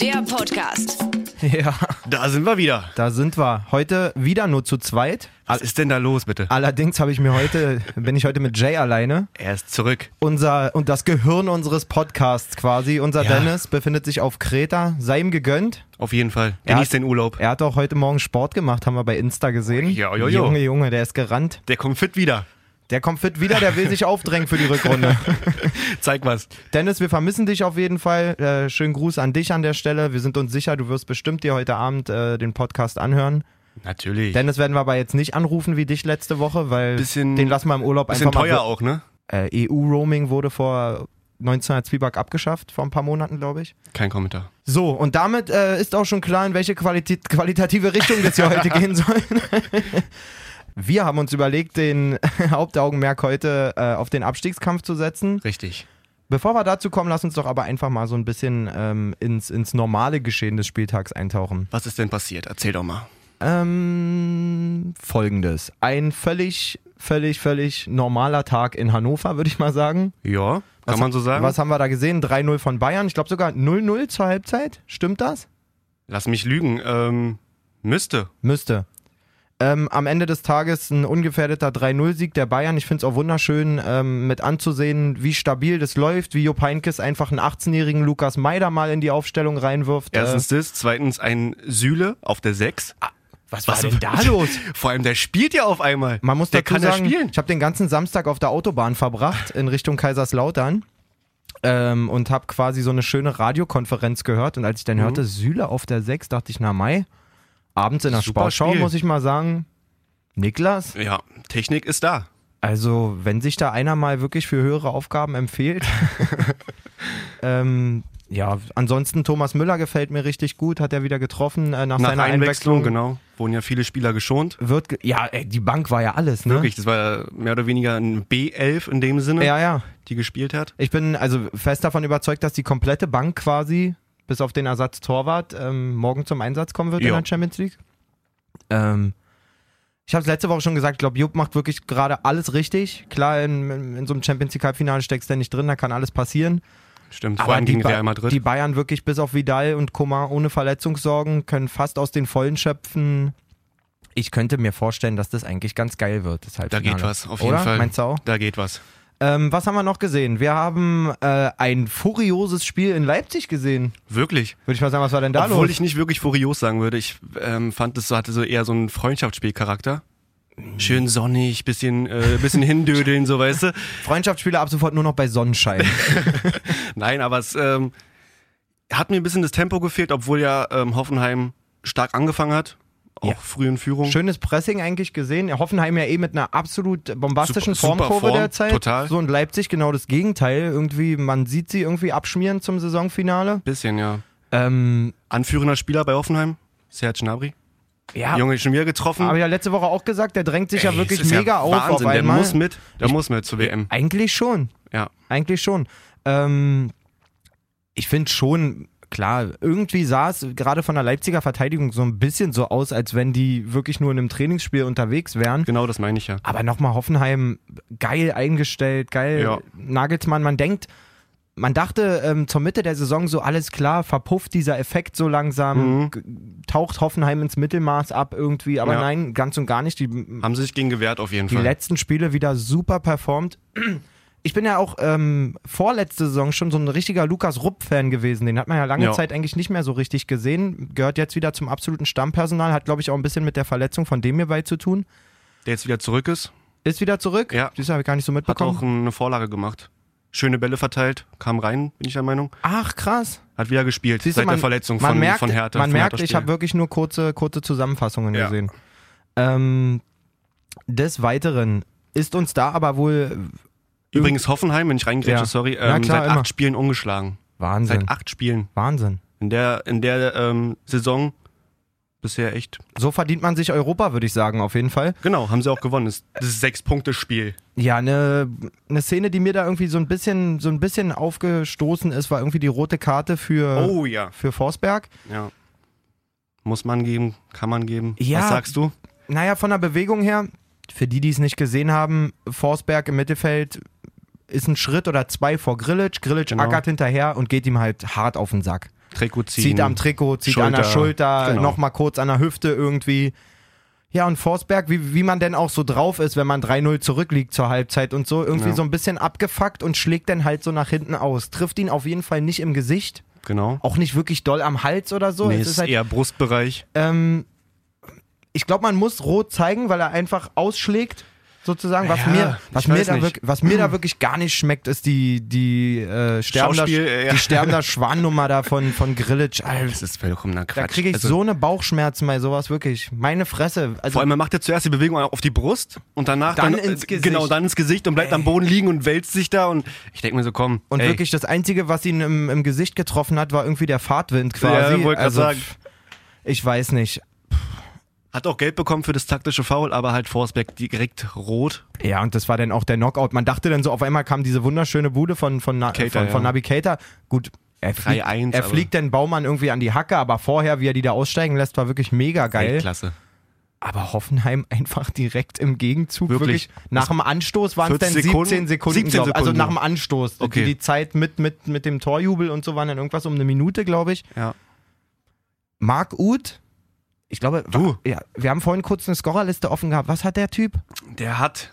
Der Podcast. Ja, Da sind wir wieder. da sind wir. Heute wieder nur zu zweit. Was ist denn da los, bitte? Allerdings habe ich mir heute, bin ich heute mit Jay alleine. Er ist zurück. Unser und das Gehirn unseres Podcasts quasi. Unser Ja. Dennis befindet sich auf Kreta. Sei ihm gegönnt. Auf jeden Fall. Er Genießt hat- den Urlaub. Er hat auch heute Morgen Sport gemacht, haben wir bei Insta gesehen. Ja, ja, ja. Junge, Junge, der ist gerannt. Der kommt fit wieder. Der kommt fit wieder, der will sich aufdrängen für die Rückrunde. Zeig was. Dennis, wir vermissen dich auf jeden Fall. Äh, schönen Gruß an dich an der Stelle. Wir sind uns sicher, du wirst bestimmt dir heute Abend äh, den Podcast anhören. Natürlich. Dennis werden wir aber jetzt nicht anrufen wie dich letzte Woche, weil Bisschen- den lassen wir im Urlaub Bisschen einfach teuer mal. auch, ne? Äh, EU-Roaming wurde vor 1900 Zwieback abgeschafft, vor ein paar Monaten, glaube ich. Kein Kommentar. So, und damit äh, ist auch schon klar, in welche Qualität, qualitative Richtung das hier heute gehen soll. Wir haben uns überlegt, den Hauptaugenmerk heute äh, auf den Abstiegskampf zu setzen. Richtig. Bevor wir dazu kommen, lass uns doch aber einfach mal so ein bisschen ähm, ins, ins normale Geschehen des Spieltags eintauchen. Was ist denn passiert? Erzähl doch mal. Ähm, Folgendes. Ein völlig, völlig, völlig normaler Tag in Hannover, würde ich mal sagen. Ja, kann Was- man so sagen. Was haben wir da gesehen? 3-0 von Bayern. Ich glaube sogar 0-0 zur Halbzeit. Stimmt das? Lass mich lügen. Ähm, müsste. Müsste. Ähm, am Ende des Tages ein ungefährdeter 3-0-Sieg der Bayern. Ich finde es auch wunderschön ähm, mit anzusehen, wie stabil das läuft, wie Jupp Heynckes einfach einen 18-jährigen Lukas Meider mal in die Aufstellung reinwirft. Äh, Erstens das, zweitens ein Sühle auf der 6. was war denn da los? Vor allem, der spielt ja auf einmal. Man muss der dazu kann sagen, ja spielen. ich habe den ganzen Samstag auf der Autobahn verbracht in Richtung Kaiserslautern ähm, und habe quasi so eine schöne Radiokonferenz gehört. Und als ich dann Mhm. hörte, Süle auf der 6, dachte ich, na Mai, abends in der Super Sportschau Spiel. muss ich mal sagen, Niklas, Ja, Technik ist da. also wenn sich da einer mal wirklich für höhere Aufgaben empfiehlt. ähm, ja, ansonsten Thomas Müller gefällt mir richtig gut, hat er wieder getroffen äh, nach, Nach seiner Einwechslung. Einwechslung, genau, wurden ja viele Spieler geschont. Wird ge ja, ey, die Bank war ja alles, ne? Wirklich, ne? das war mehr oder weniger ein B11 in dem Sinne, Ja, ja. die gespielt hat. Ich bin also fest davon überzeugt, dass die komplette Bank quasi bis auf den Ersatz Torwart ähm, morgen zum Einsatz kommen wird Ja. in der Champions League. Ähm, ich habe es letzte Woche schon gesagt, ich glaube, Jupp macht wirklich gerade alles richtig. Klar, in, in, in so einem Champions League Halbfinale steckst du ja nicht drin, da kann alles passieren. Stimmt, vor allem die, gegen Ba- Real Madrid. die Bayern wirklich bis auf Vidal und Coman ohne Verletzungssorgen können fast aus den Vollen schöpfen. Ich könnte mir vorstellen, dass das eigentlich ganz geil wird, das Da Halbfinale. geht was, auf Oder? jeden Fall. Meinst du auch? Da geht was. Ähm, was haben wir noch gesehen? Wir haben äh, ein furioses Spiel in Leipzig gesehen. Wirklich. Würde ich mal sagen, was war denn da Obwohl los? ich nicht wirklich furios sagen würde. Ich ähm, fand, es so- hatte so eher so einen Freundschaftsspielcharakter. Schön sonnig, bisschen, äh, bisschen hindödeln, so weißt du. Freundschaftsspiele ab sofort nur noch bei Sonnenschein. Nein, aber es ähm, hat mir ein bisschen das Tempo gefehlt, obwohl ja ähm, Hoffenheim stark angefangen hat. Auch Ja. früh in Führung. Schönes Pressing eigentlich gesehen. Hoffenheim ja eh mit einer absolut bombastischen Super- super Formkurve Form, derzeit. total. So und Leipzig genau das Gegenteil. Irgendwie, man sieht sie irgendwie abschmieren zum Saisonfinale. Bisschen, ja. Ähm, Anführender Spieler bei Hoffenheim, Serge Gnabry. ja, Junge, schon wieder getroffen. habe ich ja letzte Woche auch gesagt, der drängt sich ja Ey, wirklich es ist mega auf Wahnsinn, auf der einmal. muss mit, der muss mit zur WM. Eigentlich schon. Ja. Eigentlich schon. Ähm, ich finde schon, klar, irgendwie sah es gerade von der Leipziger Verteidigung so ein bisschen so aus, als wenn die wirklich nur in einem Trainingsspiel unterwegs wären. Genau, das meine ich ja. Aber nochmal Hoffenheim, geil eingestellt, geil. Ja. Nagelsmann, man denkt, man dachte ähm, zur Mitte der Saison so, alles klar, verpufft dieser Effekt so langsam, Mhm. g- taucht Hoffenheim ins Mittelmaß ab irgendwie. Aber Ja. nein, ganz und gar nicht. Die Haben sie sich gegen gewehrt auf jeden die Fall. letzten Spiele wieder super performt. Ich bin ja auch ähm, vorletzte Saison schon so ein richtiger Lukas Rupp-Fan gewesen. Den hat man ja lange Ja. Zeit eigentlich nicht mehr so richtig gesehen. Gehört jetzt wieder zum absoluten Stammpersonal. Hat, glaube ich, auch ein bisschen mit der Verletzung von dem hierbei zu tun. Der jetzt wieder zurück ist, Ist wieder zurück. Ja. Das habe ich gar nicht so hat mitbekommen. auch eine Vorlage gemacht. Schöne Bälle verteilt, kam rein, bin ich der Meinung. Ach, krass. Hat wieder gespielt Siehst du, seit der Verletzung man von, merkt, von Hertha. Man vom merkt, ich Hertha-Spiel. habe wirklich nur kurze, kurze Zusammenfassungen Ja. gesehen. Ähm, des Weiteren ist uns da aber wohl Übrigens Hoffenheim, wenn ich reingrätsche, Ja. sorry, Na ähm, klar, seit immer. acht Spielen ungeschlagen. Wahnsinn. Seit acht Spielen. Wahnsinn. In der, in der ähm, Saison bisher echt. So verdient man sich Europa, würde ich sagen, auf jeden Fall. Genau, haben sie auch gewonnen. Das das ist Sechs-Punkte-Spiel. Ja, eine ne Szene, die mir da irgendwie so ein bisschen, so ein bisschen aufgestoßen ist, war irgendwie die rote Karte für, Oh ja. für Forsberg. ja. Muss man geben, kann man geben. Ja. Was sagst du? Naja, von der Bewegung her, für die, die es nicht gesehen haben, Forsberg im Mittelfeld ist ein Schritt oder zwei vor Grillitsch. Grillitsch Genau. ackert hinterher und geht ihm halt hart auf den Sack. Trikot ziehen. zieht am Trikot, zieht an der Schulter, Schulter, genau. noch nochmal kurz an der Hüfte irgendwie. Ja, und Forsberg, wie, wie man denn auch so drauf ist, wenn man 3-0 zurückliegt zur Halbzeit und so, irgendwie Ja. so ein bisschen abgefuckt und schlägt dann halt so nach hinten aus. Trifft ihn auf jeden Fall nicht im Gesicht, Genau. auch nicht wirklich doll am Hals oder so. nee, Oh, es ist halt, eher Brustbereich. ähm, ich glaube, man muss rot zeigen, weil er einfach ausschlägt, sozusagen. Was, Ja, mir, ich was, mir weiß da nicht. wirklich, was mir da wirklich gar nicht schmeckt, ist die, die, äh, sterbender, Schauspiel, äh, ja. die sterbender Schwannummer da von, von Grillitsch. Alter, Das ist vollkommener Quatsch. da kriege ich Also, so eine Bauchschmerzen bei sowas, wirklich. Meine Fresse. Also, vor allem, er macht ja zuerst die Bewegung auf die Brust und danach Dann dann, ins äh, Gesicht. Genau, dann ins Gesicht und bleibt am Boden liegen und wälzt sich da und ich denke mir so, komm. und ey, wirklich das Einzige, was ihn im, im Gesicht getroffen hat, war irgendwie der Fahrtwind quasi. Also, Ja, wollte grad sagen. pff, Ich weiß nicht. Hat auch Geld bekommen für das taktische Foul, aber halt Forsberg direkt rot. Ja, und das war dann auch der Knockout. Man dachte dann so, auf einmal kam diese wunderschöne Bude von, von, Na, Keita, von, von ja. also. Nabi Keita. Gut, er, fliegt- 3-1, er aber- fliegt den Baumann irgendwie an die Hacke, aber vorher, wie er die da aussteigen lässt, war wirklich mega geil. Weltklasse. aber Hoffenheim einfach direkt im Gegenzug. Wirklich. Wirklich? nach dem Anstoß waren es dann 14 Sekunden? 17 Sekunden. 17 glaub ich. Also Sekunden. nach dem Anstoß. Okay. Die, die Zeit mit, mit, mit dem Torjubel und so waren dann irgendwas um eine Minute, glaube ich. Ja. Marc Uth, ich glaube, Du. wa- Ja, wir haben vorhin kurz eine Scorerliste offen gehabt. Was hat der Typ? Der hat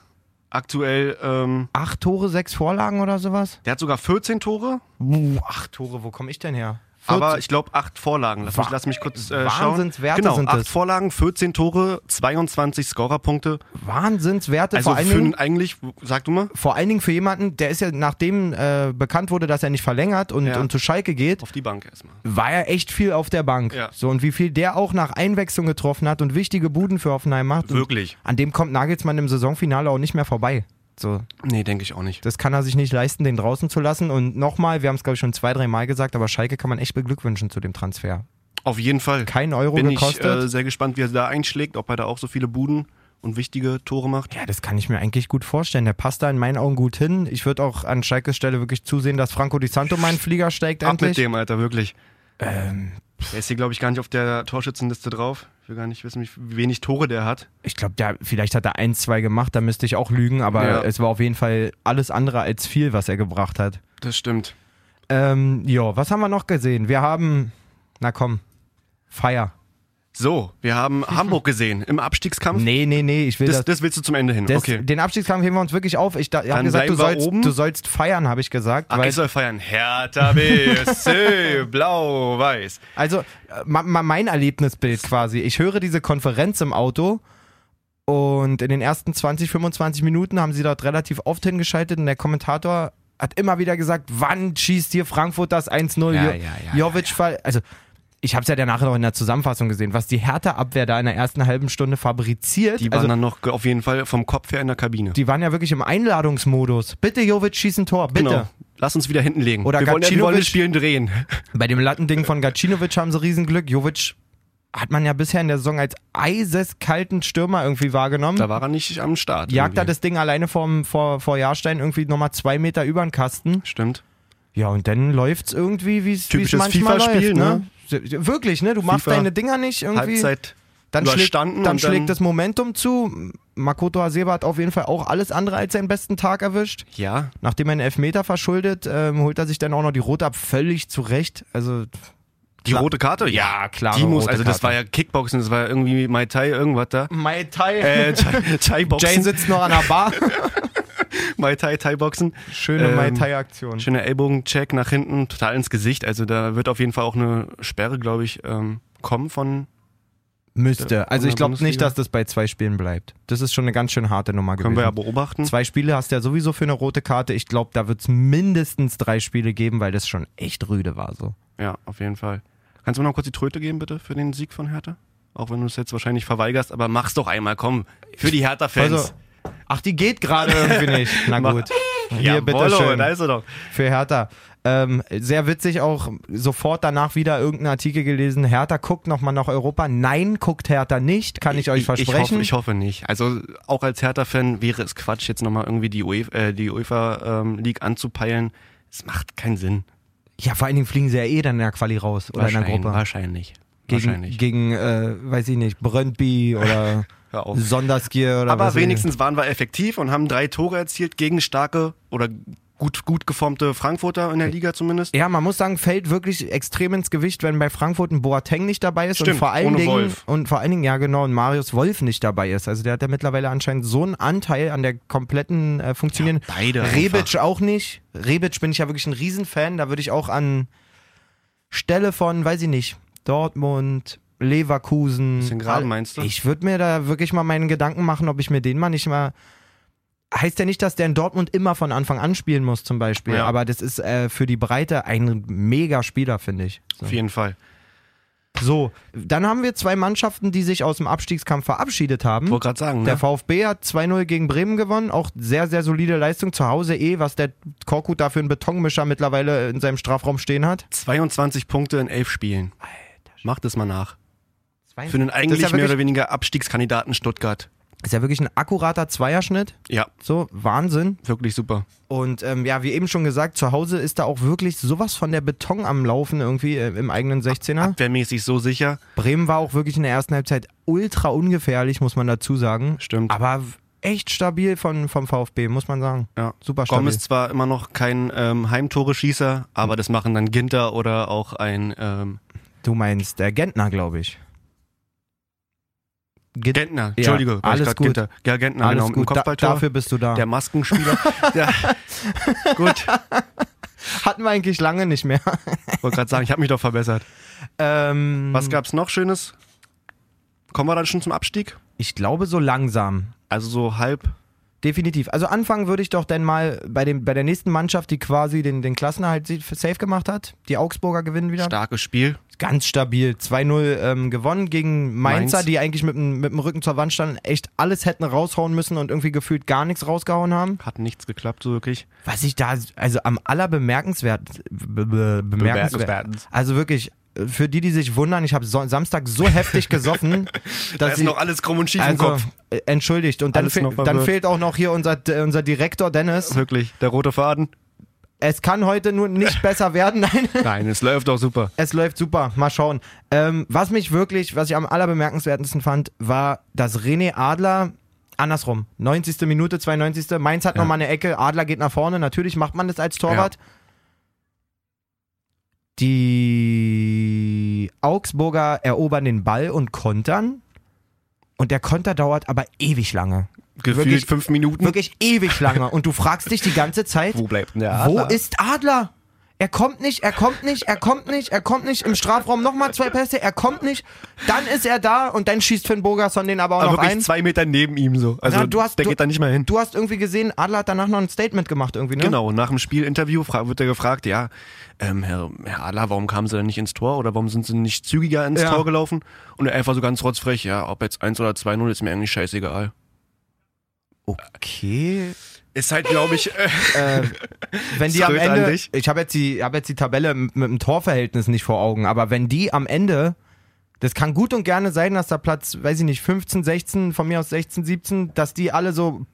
aktuell, ähm, Acht Tore, sechs Vorlagen oder sowas? der hat sogar 14 Tore, Uh, acht Tore, wo komme ich denn her? aber ich glaube 8 Vorlagen. Lass mich, Wa- lass mich kurz äh, schauen. Wahnsinnswerte Genau, sind 8 das. Vorlagen, 14 Tore, 22 Scorerpunkte. Wahnsinnswerte, Also vor allen für Dingen. einen eigentlich, sag du mal, Vor allen Dingen für jemanden, der ist ja, nachdem äh, bekannt wurde, dass er nicht verlängert und, Ja. und zu Schalke geht, auf die Bank erstmal. war ja echt viel auf der Bank. Ja. So, und wie viel der auch nach Einwechslung getroffen hat und wichtige Buden für Hoffenheim macht. Und Wirklich? an dem kommt Nagelsmann im Saisonfinale auch nicht mehr vorbei. So, Nee, denke ich auch nicht. das kann er sich nicht leisten, den draußen zu lassen. Und nochmal, wir haben es, glaube ich, schon zwei, drei Mal gesagt, aber Schalke kann man echt beglückwünschen zu dem Transfer. Auf jeden Fall. Kein Euro Bin ich gekostet. äh, sehr gespannt, wie er da einschlägt, ob er da auch so viele Buden und wichtige Tore macht. ja, das kann ich mir eigentlich gut vorstellen. Der passt da in meinen Augen gut hin. Ich würde auch an Schalkes Stelle wirklich zusehen, dass Franco Di Santo meinen Flieger steigt Ab endlich. Ähm, mit dem, Alter, wirklich. Der ist hier, glaube ich, gar nicht auf der Torschützenliste drauf. Ich will gar nicht wissen, wie wie wenig Tore der hat. Ich glaube, der vielleicht hat er ein, zwei gemacht, da müsste ich auch lügen, aber Ja. es war auf jeden Fall alles andere als viel, was er gebracht hat. Das stimmt. Ähm, ja, was haben wir noch gesehen? Wir haben, na komm, Feier. So, wir haben Hamburg gesehen im Abstiegskampf. Nee, nee, nee, ich will das. Das, das willst du zum Ende hin. das okay. Den Abstiegskampf heben wir uns wirklich auf. Ich da- ich habe Dann gesagt, du bleiben wir sollst, oben. du sollst feiern, habe ich gesagt. Ach, weil, ich soll feiern. Hertha BSC, blau, weiß. also, äh, ma, ma, mein Erlebnisbild quasi. Ich höre diese Konferenz im Auto und in den ersten 20, 25 Minuten haben sie dort relativ oft hingeschaltet und der Kommentator hat immer wieder gesagt, wann schießt hier Frankfurt das 1-0? Ja, Jo- ja, ja, Jovic, ver- also ich habe es ja danach noch in der Zusammenfassung gesehen, was die Hertha-Abwehr da in der ersten halben Stunde fabriziert. Die waren also, dann noch ge- auf jeden Fall vom Kopf her in der Kabine. die waren ja wirklich im Einladungsmodus. Bitte, Jovic, schieß ein Tor, bitte. Genau. Lass uns wieder hinten legen. Oder wir, wollen, wir wollen Gacinovic. das Spiel drehen. Bei dem Lattending von Gacinovic haben sie Riesenglück. Jovic hat man ja bisher in der Saison als eiseskalten Stürmer irgendwie wahrgenommen. Da war er nicht am Start. Jagt er irgendwie. das Ding alleine vorm, vor, vor Jahrstein irgendwie nochmal zwei Meter über den Kasten. Stimmt. Ja, und dann läuft's irgendwie, wie es Typisches manchmal FIFA-Spiel, läuft, ne? Wirklich, ne? Du machst FIFA. deine Dinger nicht irgendwie. Halbzeit. dann schlägt, überstanden dann, und dann- schlägt das Momentum zu. Makoto Hasebe hat auf jeden Fall auch alles andere als seinen besten Tag erwischt. Ja. Nachdem er einen Elfmeter verschuldet, ähm, holt er sich dann auch noch die Rote ab, völlig zurecht. Also Die Klar. rote Karte? Ja, klare Die muss, rote also das Karte. war ja Kickboxen, das war ja irgendwie Mai Tai irgendwas da. Mai Tai. Äh, Thai- Jane Thai-Boxen. sitzt noch an der Bar. Mai Tai, Thai-Boxen. Schöne Ähm, Mai Tai-Aktion. Schöner Ellbogencheck nach hinten, total ins Gesicht. Also da wird auf jeden Fall auch eine Sperre, glaube ich, ähm, kommen von. Müsste. Also von ich der glaube nicht, Bundesliga. dass das bei zwei Spielen bleibt. Das ist schon eine ganz schön harte Nummer Können wir ja gewesen. beobachten. Zwei Spiele hast du ja sowieso für eine rote Karte. Ich glaube, da wird es mindestens drei Spiele geben, weil das schon echt rüde war so. Ja, auf jeden Fall. Kannst du mir noch kurz die Tröte geben, bitte, für den Sieg von Hertha? Auch wenn du es jetzt wahrscheinlich verweigerst, aber mach's doch einmal, komm. Für die Hertha-Fans. Also, ach, die geht gerade irgendwie nicht. Na Mach- gut. Hier, bitteschön. da ist er doch. für Hertha. Ähm, sehr witzig auch, sofort danach wieder irgendein Artikel gelesen, Hertha guckt nochmal nach Europa. Nein, guckt Hertha nicht, kann ich euch Ich versprechen. hoffe, ich hoffe nicht. Also auch als Hertha-Fan wäre es Quatsch, jetzt nochmal irgendwie die UEFA, äh, die UEFA ähm, League anzupeilen. Es macht keinen Sinn. ja, vor allen Dingen fliegen sie ja eh dann in der Quali raus oder in der Wahrscheinlich- Gruppe. Wahrscheinlich. Gegen, wahrscheinlich. gegen äh, weiß ich nicht, Brøndby oder Hör auf. Sonderskier oder Aber was weiß ich wenigstens waren wir effektiv und haben drei Tore erzielt gegen starke oder gut, gut geformte Frankfurter in der Liga zumindest. Ja, man muss sagen, fällt wirklich extrem ins Gewicht, wenn bei Frankfurt ein Boateng nicht dabei ist und Stimmt, vor allen ohne Dingen Wolf. und vor allen Dingen ja genau und Marius Wolf nicht dabei ist. Also der hat ja mittlerweile anscheinend so einen Anteil an der kompletten äh, funktionierenden beide einfach. Rebic auch nicht. Rebic bin ich ja wirklich ein Riesenfan, da würde ich auch an Stelle von, weiß ich nicht, Dortmund, Leverkusen. Bisschen Graben meinst du? Ich würde mir da wirklich mal meinen Gedanken machen, ob ich mir den mal nicht mal heißt ja nicht, dass der in Dortmund immer von Anfang an spielen muss, zum Beispiel. Ja. Aber das ist äh, für die Breite ein mega Spieler, finde ich. So. Auf jeden Fall. so, dann haben wir zwei Mannschaften, die sich aus dem Abstiegskampf verabschiedet haben. Wollte gerade sagen, Hm? Der ne? VfB hat 2-0 gegen Bremen gewonnen, auch sehr, sehr solide Leistung zu Hause eh, was der Korkut da für einen Betonmischer mittlerweile in seinem Strafraum stehen hat. 22 Punkte in elf Spielen. Macht es mal nach. Für einen das eigentlich ist ja, mehr oder wirklich, weniger Abstiegskandidaten Stuttgart. ist ja wirklich ein akkurater Zweierschnitt, Ja, so Wahnsinn. wirklich super. Und ähm, ja, wie eben schon gesagt, zu Hause ist da auch wirklich sowas von der Beton am Laufen irgendwie äh, im eigenen 16er. Abwehrmäßig so sicher. Bremen war auch wirklich in der ersten Halbzeit ultra ungefährlich, muss man dazu sagen. Stimmt. Aber w- echt stabil von, vom VfB, muss man sagen. Ja. Super Gomez stabil. Hm. ist zwar immer noch kein ähm, Heimtore-Schießer, aber das machen dann Ginter oder auch ein ähm, Du meinst äh, Gentner, glaube ich. Git- Gentner. Entschuldige, war ich alles grad gut. Ginter. Ja, Gentner, Alles genau. Im gut, da, Kopfballtor. dafür bist du da. Der Maskenspieler. ja. Gut, Hatten wir eigentlich lange nicht mehr. wollte gerade sagen, ich habe mich doch verbessert. Ähm, Was gab's noch Schönes? Kommen wir dann schon zum Abstieg? ich glaube, so langsam. Also so halb. Definitiv. Also anfangen würde ich doch dann mal bei, dem, bei der nächsten Mannschaft, die quasi den, den Klassenerhalt sie- safe gemacht hat. Die Augsburger gewinnen wieder. Starkes Spiel. Ganz stabil. 2-0 ähm, gewonnen gegen Mainzer, Mainz. die eigentlich mit, dem- mit dem Rücken zur Wand standen, echt alles hätten raushauen müssen und irgendwie gefühlt gar nichts rausgehauen haben. Hat nichts geklappt, so wirklich. Was ich da, also am allerbemerkenswert, be, be, bemerkenswert. Bemerkenswerten. Also wirklich, äh, für die, die sich wundern, ich habe so, Samstag so heftig gesoffen, Da dass ist ich, noch alles krumm und schief im also, Kopf. äh, entschuldigt. Und dann, Alles fe noch dann verwirrt. fehlt auch noch hier unser, äh, unser Direktor Dennis. Wirklich, der rote Faden. Es kann heute nur nicht besser werden. Nein, Nein, es läuft doch super. es läuft super. Mal schauen. Ähm, was mich wirklich, was ich am allerbemerkenswertesten fand, war, dass René Adler. Andersrum, 90. Minute, 92. Mainz hat noch Ja. nochmal eine Ecke, Adler geht nach vorne, natürlich macht man das als Torwart. Die Augsburger erobern den Ball und kontern. Und der Konter dauert aber ewig lange. Gefühlt Wirklich- fünf Minuten. Wirklich ewig lange. Und du fragst dich die ganze Zeit, Hm. Wo bleibt denn der wo Adler? ist Adler? Er kommt nicht, er kommt nicht, er kommt nicht, er kommt nicht. Im Strafraum nochmal zwei Pässe, er kommt nicht. Dann ist er da und dann schießt Finn Bogerson den aber auch Aber noch Also wirklich ein. zwei Meter neben ihm so. Also Na, du hast- der du- geht da nicht mehr hin. Du hast irgendwie gesehen, Adler hat danach noch ein Statement gemacht irgendwie, ne? Genau, nach dem Spielinterview fra- wird er gefragt, ja, ähm, Herr, Herr Adler, warum kamen Sie denn nicht ins Tor oder warum sind Sie nicht zügiger ins Ja. Tor gelaufen? Und er einfach so ganz rotzfrech, ja, ob jetzt 1 oder 2-0, ist mir eigentlich scheißegal. Okay. Ist halt, glaube ich, äh, Äh, wenn die am Schröder an Ende, dich. ich habe jetzt die, habe jetzt die Tabelle mit, mit dem Torverhältnis nicht vor Augen, aber wenn die am Ende, das kann gut und gerne sein, dass da Platz, weiß ich nicht, 15, 16, von mir aus 16, 17, dass die alle so,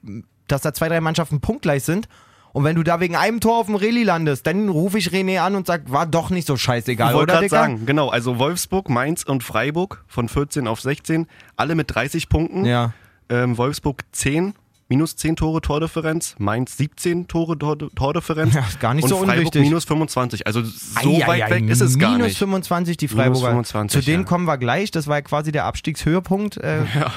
dass da zwei, drei Mannschaften punktgleich sind. Und wenn du da wegen einem Tor auf dem Reli landest, dann rufe ich René an und sag, war doch nicht so scheißegal, oder wollte gerade Dicker? sagen, genau, also Wolfsburg, Mainz und Freiburg von 14 auf 16, alle mit 30 Punkten. Ja. Ähm, Wolfsburg 10, minus 10 Tore Tordifferenz, Mainz 17 Tore Tor- Tordifferenz. Ja, ist gar nicht und so Freiburg unwichtig. minus 25. Also so Ei, ei, weit ei, weg ist es gar minus nicht. 25 die Freiburger. 25, Zu denen ja. kommen wir gleich. Das war quasi der Abstiegshöhepunkt. Äh, Ja.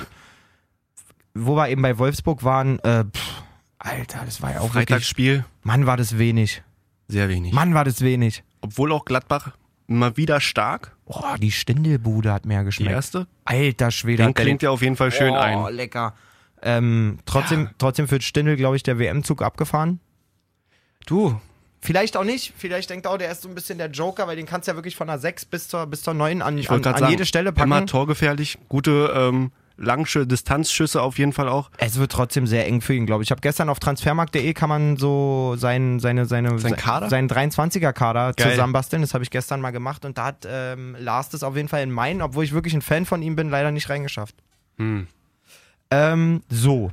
Wo wir eben bei Wolfsburg waren. Äh, pff, Alter, das war ja auch wirklich. Freitagsspiel, Mann, war das wenig. sehr wenig. Mann, war das wenig. Obwohl auch Gladbach mal wieder stark. Oh, die Stindelbude hat mehr Die geschmeckt. erste. Alter Schwede. Den hat der klingt ja auf jeden Fall schön oh, ein. lecker. Ähm, trotzdem, trotzdem wird Stindel, glaube ich, der WM-Zug abgefahren. Du, Vielleicht auch nicht. Vielleicht denkt auch, der ist so ein bisschen der Joker, weil den kannst du ja wirklich von der 6 bis zur, bis zur 9 an, ich an, wollte an gerade sagen, jede Stelle packen. immer torgefährlich. Gute ähm, Langschü Distanzschüsse auf jeden Fall auch. Es wird trotzdem sehr eng für ihn, glaube ich. Ich habe gestern auf transfermarkt.de kann man so sein, seine, seine, Sein Kader? seinen 23er-Kader Geil. zusammenbasteln. Das habe ich gestern mal gemacht und da hat ähm, Lars das auf jeden Fall in meinen, obwohl Hm. ich wirklich ein Fan von ihm bin, leider nicht reingeschafft. Ähm, so.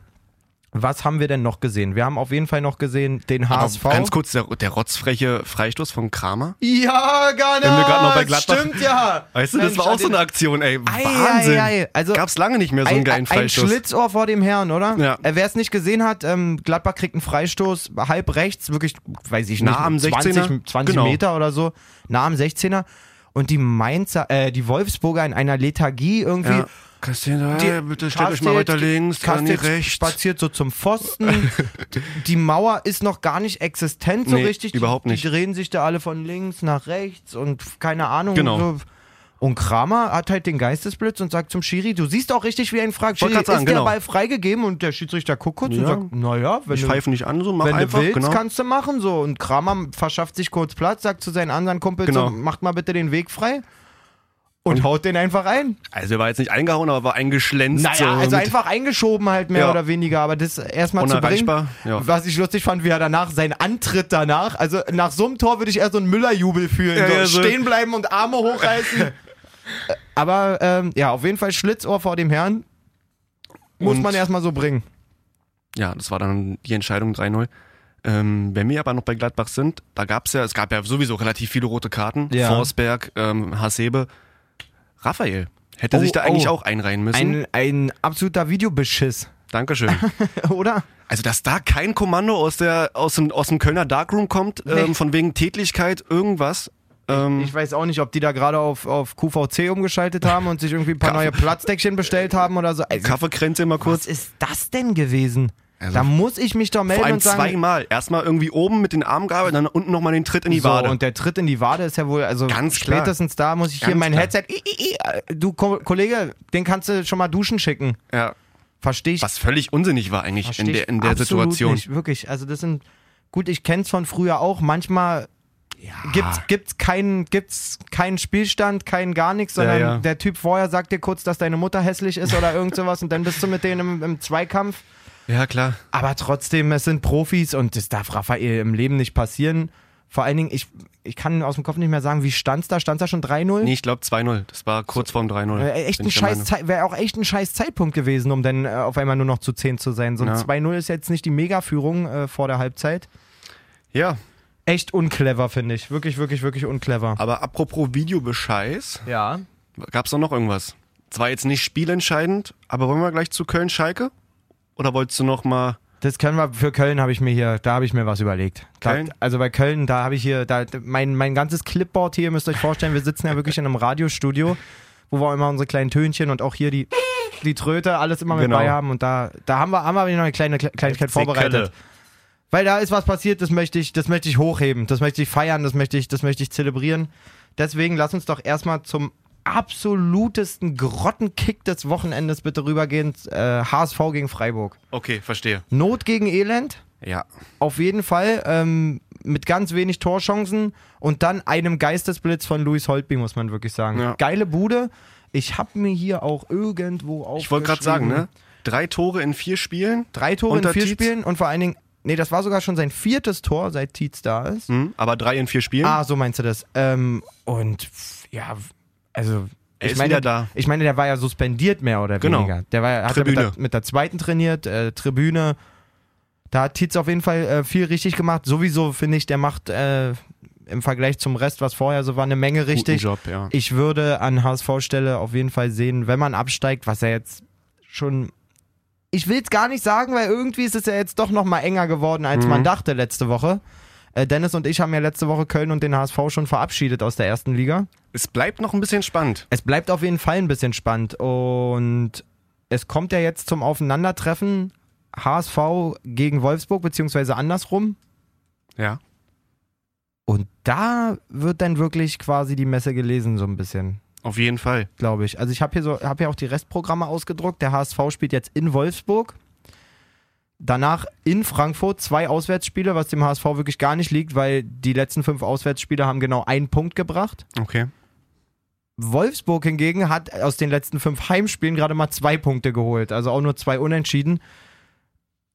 Was haben wir denn noch gesehen? Wir haben auf jeden Fall noch gesehen den Aber HSV. Ganz kurz, der, der rotzfreche Freistoß von Kramer. ja, gar Wenn wir grad noch bei nicht. Gladbach- Stimmt ja. Weißt du, das Mensch, war auch an so eine den- Aktion, ey. Ei, Wahnsinn. ei, ei. Also Gab's lange nicht mehr so einen ein, geilen ein Freistoß. Schlitzohr vor dem Herrn, oder? Ja. Äh, Wer es nicht gesehen hat, ähm, Gladbach kriegt einen Freistoß, halb rechts, wirklich, weiß ich nicht, Nah am 16er? 20, 20 Genau. Meter oder so, nah am 16er. Und die Mainzer, äh, die Wolfsburger in einer Lethargie irgendwie. ja. Christian, Die- ey, Äh, bitte stellt euch mal Kastet- weiter links, dann Kastet nicht rechts. spaziert so zum Pfosten. D- die Mauer ist noch gar nicht existent so Nee, richtig. Die- überhaupt nicht. Die drehen sich da alle von links nach rechts und f- keine Ahnung. Genau. So. Und Kramer hat halt den Geistesblitz und sagt zum Schiri, du siehst auch richtig, wie er ihn fragt. Wollte Schiri, ist grad sagen, der genau. Ball freigegeben? Und der Schiedsrichter guckt kurz und Ja. sagt, naja, wenn Ich du, pfeife nicht an, so mach wenn du einfach, willst, genau. kannst du machen. so Und Kramer verschafft sich kurz Platz, sagt zu seinen anderen Kumpels, Genau. so, macht mal bitte den Weg frei. Und haut den einfach ein. Also er war jetzt nicht eingehauen, aber war eingeschlänzt. so Naja, also mit- einfach eingeschoben halt mehr Ja. oder weniger, aber das erstmal zu bringen. Unerreichbar, ja. Was ich lustig fand, wie er danach, sein Antritt danach, also nach so einem Tor würde ich eher so einen Müller-Jubel fühlen, Ja, so, ja, so. stehen bleiben und Arme hochreißen. Äh, aber ähm, ja, auf jeden Fall Schlitzohr vor dem Herrn. Muss Und- man erstmal so bringen. ja, das war dann die Entscheidung 3-0. Ähm, wenn wir aber noch bei Gladbach sind, da gab's ja, es gab ja sowieso relativ viele rote Karten. Ja. Forsberg, ähm, Hasebe, Raphael. Hätte Oh, sich da oh. eigentlich auch einreihen müssen. Ein, ein absoluter Videobeschiss, Dankeschön. oder? Also, dass da kein Kommando aus, der, aus, dem, aus dem Kölner Darkroom kommt, Nee. ähm, von wegen Tätlichkeit, irgendwas. Ähm, Ich weiß auch nicht, ob die da gerade auf, auf QVC umgeschaltet haben und sich irgendwie ein paar neue Platzdeckchen bestellt haben oder so. Also, Kaffeekränze immer kurz. was ist das denn gewesen? Also- da muss ich mich doch melden Vor allem und sagen, zweimal. Erstmal irgendwie oben mit den Armen gearbeitet, dann unten nochmal den Tritt in die So, Wade. und der Tritt in die Wade ist ja wohl, also Ganz klar. spätestens da muss ich hier Ganz mein klar. Headset. I, i, i, äh, du Ko Kollege, den kannst du schon mal duschen schicken. ja. Verstehe ich. Was völlig unsinnig war eigentlich versteh in ich der, in der absolut Situation. Nicht, wirklich. Also das sind gut, ich kenn's von früher auch. Manchmal gibt's gibt's keinen gibt's keinen Spielstand, keinen gar nichts, sondern ja. der Typ vorher sagt dir kurz, dass deine Mutter hässlich ist oder irgend sowas und dann bist du mit denen im, im Zweikampf. Ja, klar. Aber trotzdem, es sind Profis und das darf Raphael im Leben nicht passieren. Vor allen Dingen, ich, ich kann aus dem Kopf nicht mehr sagen, wie stand's da? Stand's da schon 3-0? Nee, ich glaube 2-0. Das war kurz vorm 3-0. Äh, echt bin ein ich der scheiß Meinung. Zeit- Wäre auch echt ein scheiß Zeitpunkt gewesen, um dann äh, auf einmal nur noch zu 10 zu sein. So ein Ja. 2-0 ist jetzt nicht die Mega-Führung äh, vor der Halbzeit. Ja, Echt unclever, finde ich. Wirklich, wirklich, wirklich unclever. aber apropos Videobescheiß, Ja. gab's da noch irgendwas? Es war jetzt nicht spielentscheidend, aber wollen wir gleich zu Köln-Schalke? Oder wolltest du noch mal... Das können wir für Köln habe ich mir hier, da habe ich mir was überlegt. Da, Köln? Also bei Köln, da habe ich hier, da, mein, mein ganzes Clipboard hier, müsst ihr euch vorstellen, wir sitzen ja wirklich in einem Radiostudio, wo wir immer unsere kleinen Tönchen und auch hier die, die Tröte, alles immer mit Genau. bei haben. Und da, da haben wir, haben wir noch eine kleine Kle- Kleinigkeit vorbereitet. Kölle. Weil da ist was passiert, das möchte ich, das möchte ich hochheben, das möchte ich feiern, das möchte ich, das möchte ich zelebrieren. Deswegen lass uns doch erstmal zum absolutesten Grottenkick des Wochenendes bitte rübergehen. Äh, HSV gegen Freiburg. Okay, verstehe. Not gegen Elend Ja. auf jeden Fall ähm, mit ganz wenig Torchancen und dann einem Geistesblitz von Luis Holtby, muss man wirklich sagen. Ja. Geile Bude. Ich habe mir hier auch irgendwo aufgeschrieben. Ich wollte gerade sagen, ne? Drei Tore in vier Spielen, Drei Tore in Unter vier Tietz? Spielen und vor allen Dingen, nee, das war sogar schon sein viertes Tor, seit Tietz da ist. hm, aber drei in vier Spielen. Ah, so meinst du das. Ähm, und pf, ja, also. Er ich ist meine, wieder da. Ich meine, der war ja suspendiert, mehr oder Genau. weniger. Der war, ja- hat ja mit Tribüne. der, mit der zweiten trainiert, äh, Tribüne. Da hat Tietz auf jeden Fall äh, viel richtig gemacht. Sowieso finde ich, der macht äh, im Vergleich zum Rest, was vorher so war, eine Menge Guten richtig. Job, ja. Ich würde an HSV-Stelle auf jeden Fall sehen, wenn man absteigt, was er jetzt schon. Ich will es gar nicht sagen, weil irgendwie ist es ja jetzt doch nochmal enger geworden, als Mhm. man dachte letzte Woche. Äh, Dennis und ich haben ja letzte Woche Köln und den HSV schon verabschiedet aus der ersten Liga. Es bleibt noch ein bisschen spannend. Es bleibt auf jeden Fall ein bisschen spannend und es kommt ja jetzt zum Aufeinandertreffen HSV gegen Wolfsburg, beziehungsweise andersrum. Ja. Und da wird dann wirklich quasi die Messe gelesen, so ein bisschen. Auf jeden Fall. glaube ich. Also ich habe hier so, habe hier auch die Restprogramme ausgedruckt. Der HSV spielt jetzt in Wolfsburg. Danach in Frankfurt zwei Auswärtsspiele, was dem HSV wirklich gar nicht liegt, weil die letzten fünf Auswärtsspiele haben genau einen Punkt gebracht. Okay. Wolfsburg hingegen hat aus den letzten fünf Heimspielen gerade mal zwei Punkte geholt, also auch nur zwei Unentschieden.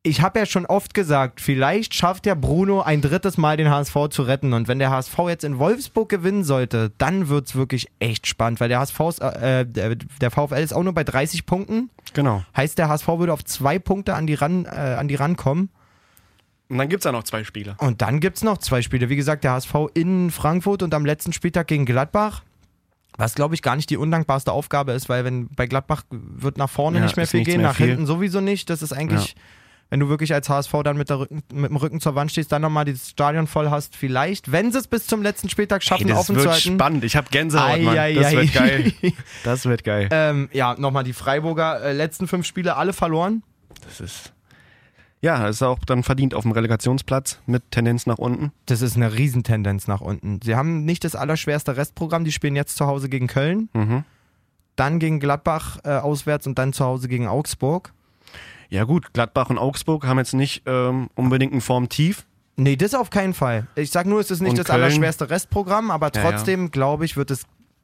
ich habe ja schon oft gesagt, vielleicht schafft ja Bruno ein drittes Mal den HSV zu retten. Und wenn der HSV jetzt in Wolfsburg gewinnen sollte, dann wird's wirklich echt spannend, weil der HSV, ist, äh, der, der VfL ist auch nur bei 30 Punkten. Genau. Heißt, der HSV würde auf zwei Punkte an die, ran, äh, an die rankommen. Und dann gibt's da noch zwei Spiele. Und dann gibt's noch zwei Spiele. Wie gesagt, der HSV in Frankfurt und am letzten Spieltag gegen Gladbach. Was, glaube ich, gar nicht die undankbarste Aufgabe ist, weil wenn bei Gladbach wird nach vorne Ja, nicht mehr ist viel nichts gehen, mehr nach viel. hinten sowieso nicht. Das ist eigentlich, wenn du wirklich als HSV dann mit, der Rücken, mit dem Rücken zur Wand stehst, dann nochmal das Stadion voll hast, vielleicht, wenn sie es bis zum letzten Spieltag schaffen, das offen wird zu halten. spannend. Ich habe Gänsehaut, Ei, Mann. ei, das ei. wird geil. Das wird geil. ähm, ja, nochmal die Freiburger äh, letzten fünf Spiele alle verloren. Das ist. Ja, ist auch dann verdient auf dem Relegationsplatz mit Tendenz nach unten. Das ist eine Riesentendenz nach unten. Sie haben nicht das allerschwerste Restprogramm, die spielen jetzt zu Hause gegen Köln, Mhm. dann gegen Gladbach äh, auswärts und dann zu Hause gegen Augsburg. Ja, gut, Gladbach und Augsburg haben jetzt nicht ähm, unbedingt einen Formtief. Nee, das auf keinen Fall. Ich sag nur, es ist nicht Und das Köln? allerschwerste Restprogramm, aber Ja, ja. trotzdem, glaube ich, wird es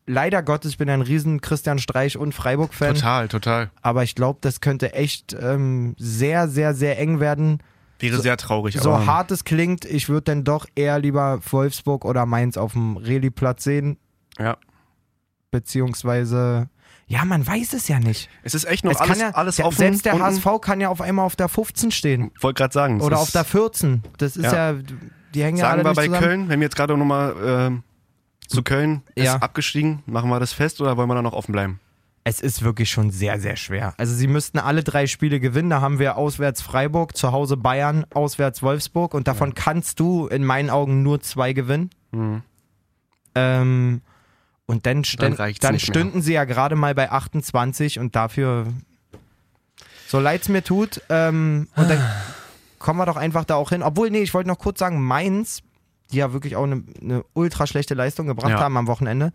leider Gottes, ich bin ein riesen Christian Streich und Freiburg-Fan, Total, total. aber ich glaube, das könnte echt ähm, sehr, sehr, sehr eng werden. Wäre sehr traurig. So aber hart es klingt, ich würde dann doch eher lieber Wolfsburg oder Mainz auf dem Reli-Platz sehen, Ja. beziehungsweise. Ja, man weiß es ja nicht. Es ist echt noch es alles, kann ja, alles der, offen. selbst der unten. HSV kann ja auf einmal auf der 15 stehen Wollte gerade sagen. es oder ist, auf der 14. Das ist ja, Ja. die hängen ja alle Sagen wir nicht bei zusammen. Köln, wenn wir jetzt gerade nochmal ähm, zu Köln Ja. ist abgestiegen, machen wir das fest oder wollen wir da noch offen bleiben? Es ist wirklich schon sehr, sehr schwer. Also sie müssten alle drei Spiele gewinnen. Da haben wir auswärts Freiburg, zu Hause Bayern, auswärts Wolfsburg und davon kannst du in meinen Augen nur zwei gewinnen. Ähm, und dann, Mhm. Dann ständ, dann, reicht's nicht mehr. stünden sie ja gerade mal bei 28 und dafür, so leid's mir tut, ähm, und dann kommen wir doch einfach da auch hin. Obwohl, nee, ich wollte noch kurz sagen, Mainz, die ja wirklich auch eine, eine ultra schlechte Leistung gebracht Ja. haben am Wochenende,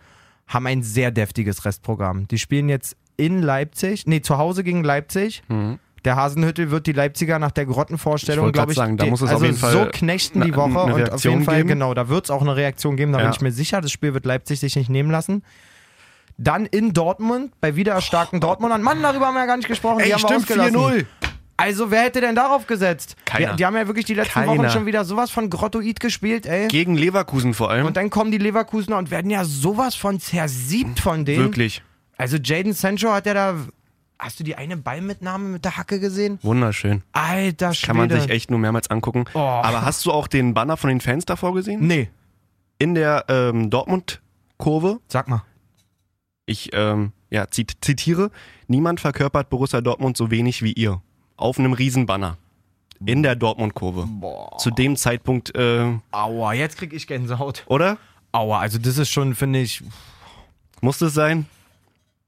haben ein sehr deftiges Restprogramm. Die spielen jetzt in Leipzig, nee, zu Hause gegen Leipzig. Der Hasenhüttel wird die Leipziger nach der Mhm. Ich Grottenvorstellung, wollte glaube ich, grad sagen, da die- muss es also auf jeden Fall so knechten die ne- Woche ne und auf Reaktion jeden Fall, geben. genau, da wird es auch eine Reaktion geben, da bin Ja. ich mir sicher. Das Spiel wird Leipzig sich nicht nehmen lassen. Dann in Dortmund, bei wieder Oh. starken Dortmundern. Mann, darüber haben wir ja gar nicht gesprochen. die haben wir ausgelassen. Also, wer hätte denn darauf gesetzt? Keiner. Die, die haben ja wirklich die letzten Wochen Keiner. schon wieder sowas von Grottoid gespielt, ey. Gegen Leverkusen vor allem. und dann kommen die Leverkusener und werden ja sowas von zersiebt von denen. Wirklich. Also Jaden Sancho hat ja da. Hast du die eine Ballmitnahme mit der Hacke gesehen? Wunderschön. Alter Schwede. Kann man sich echt nur mehrmals angucken. Oh. Aber hast du auch den Banner von den Fans davor gesehen? Nee, In der ähm, Dortmund-Kurve. sag mal. Ich ähm, ja, zit zitiere. Niemand verkörpert Borussia Dortmund so wenig wie ihr. Auf einem Riesenbanner. In der Dortmund-Kurve. Boah. Zu dem Zeitpunkt, äh, Aua, jetzt krieg ich Gänsehaut. oder? Aua, also das ist schon, finde ich, Muss es sein?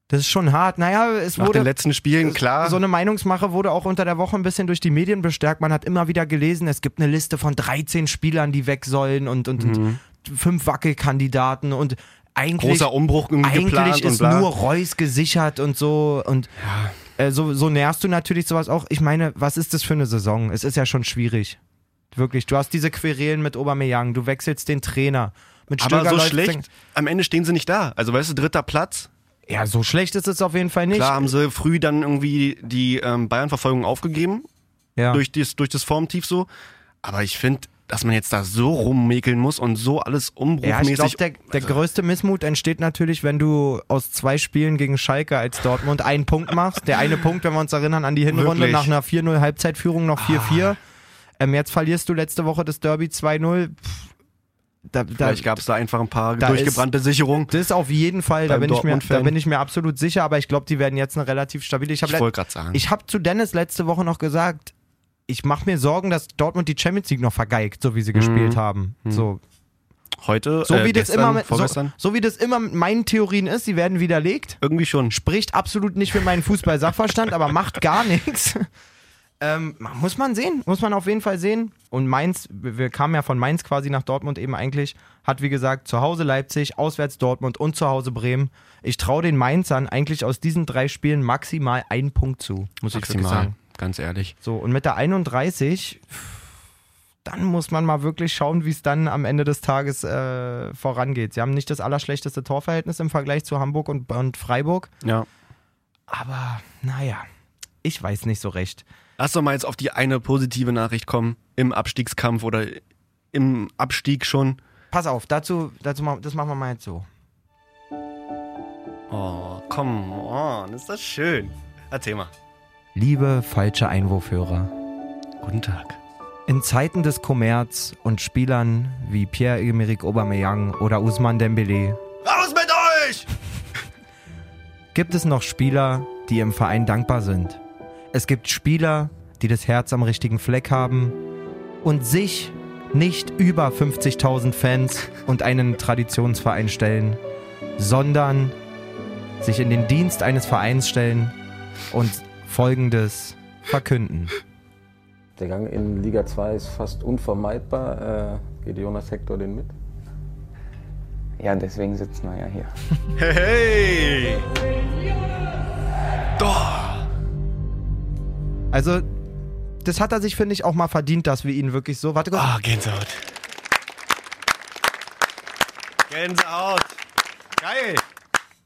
das ist schon hart. Naja, es Nach den wurde. letzten Spielen, klar. So eine Meinungsmache wurde auch unter der Woche ein bisschen durch die Medien bestärkt. Man hat immer wieder gelesen, es gibt eine Liste von 13 Spielern, die weg sollen und, und, und fünf Wackelkandidaten und eigentlich. Mhm. Großer Umbruch irgendwie geplant eigentlich und ist bla. nur Reus gesichert und so und äh, so, so nährst du natürlich sowas auch. Ich meine, was ist das für eine Saison? Es ist ja schon schwierig. Wirklich, du hast diese Querelen mit Aubameyang, du wechselst den Trainer. Mit aber Stöger so läuft's schlecht, dann- am Ende stehen sie nicht da. Also weißt du, dritter Platz. Ja, so schlecht ist es auf jeden Fall nicht. Klar haben sie früh dann irgendwie die ähm, Bayern-Verfolgung aufgegeben, ja. durch, das, durch das Formtief so. Aber ich finde, dass man jetzt da so rummäkeln muss und so alles ja, ich umbruchmäßig. glaube, der, der Also größte Missmut entsteht natürlich, wenn du aus zwei Spielen gegen Schalke als Dortmund einen Punkt machst. Der eine Punkt, wenn wir uns erinnern, an die Hinrunde Wirklich? Ah. nach einer 4-0 Halbzeitführung noch 4-4. Ähm, jetzt verlierst du letzte Woche das Derby 2-0. Pff, Da, da, Vielleicht gab es da einfach ein paar da durchgebrannte Sicherungen. Das auf jeden Fall, da Beim bin, ich mir, da Dortmund-Fan. bin ich mir absolut sicher, aber ich glaube, die werden jetzt eine relativ stabile. Ich Ich habe wollte gerade sagen. hab zu Dennis letzte Woche noch gesagt, ich mache mir Sorgen, dass Dortmund die Champions League noch vergeigt, so wie Mhm. sie gespielt haben. So, Heute, so, äh, wie das gestern, immer mit, so, vorgestern, so wie das immer mit meinen Theorien ist, sie werden widerlegt. irgendwie schon. Spricht absolut nicht für meinen Fußball-Sachverstand, aber macht gar nichts. Ähm, muss man sehen, muss man auf jeden Fall sehen. Und Mainz, wir kamen ja von Mainz quasi nach Dortmund eben eigentlich, hat wie gesagt zu Hause Leipzig, auswärts Dortmund und zu Hause Bremen. Ich traue den Mainzern eigentlich aus diesen drei Spielen maximal einen Punkt zu, muss ich wirklich Maximal, sagen. ganz ehrlich. So, und mit der 31, dann muss man mal wirklich schauen, wie es dann am Ende des Tages äh, vorangeht. Sie haben nicht das allerschlechteste Torverhältnis im Vergleich zu Hamburg und, und Freiburg. Ja. Aber naja, ich weiß nicht so recht. Lass doch mal jetzt auf die eine positive Nachricht kommen im Abstiegskampf oder im Abstieg schon. Pass auf, dazu, dazu ma- das machen wir mal jetzt so. Oh, come on, ist das schön. Erzähl mal. Liebe falsche Einwurfhörer. Guten Tag. In Zeiten des Kommerz und Spielern wie Pierre-Emerick Aubameyang oder Usman Dembélé Raus mit euch! gibt es noch Spieler, die im Verein dankbar sind. Es gibt Spieler, die das Herz am richtigen Fleck haben und sich nicht über 50.000 Fans und einen Traditionsverein stellen, sondern sich in den Dienst eines Vereins stellen und Folgendes verkünden. Der Gang in Liga 2 ist fast unvermeidbar. Äh, geht Jonas Hector den mit? Ja, deswegen sitzen wir ja hier. Hey! Also, das hat er sich, finde ich, auch mal verdient, dass wir ihn wirklich so. Warte kurz. Ah, Gänsehaut. Gänsehaut. Geil.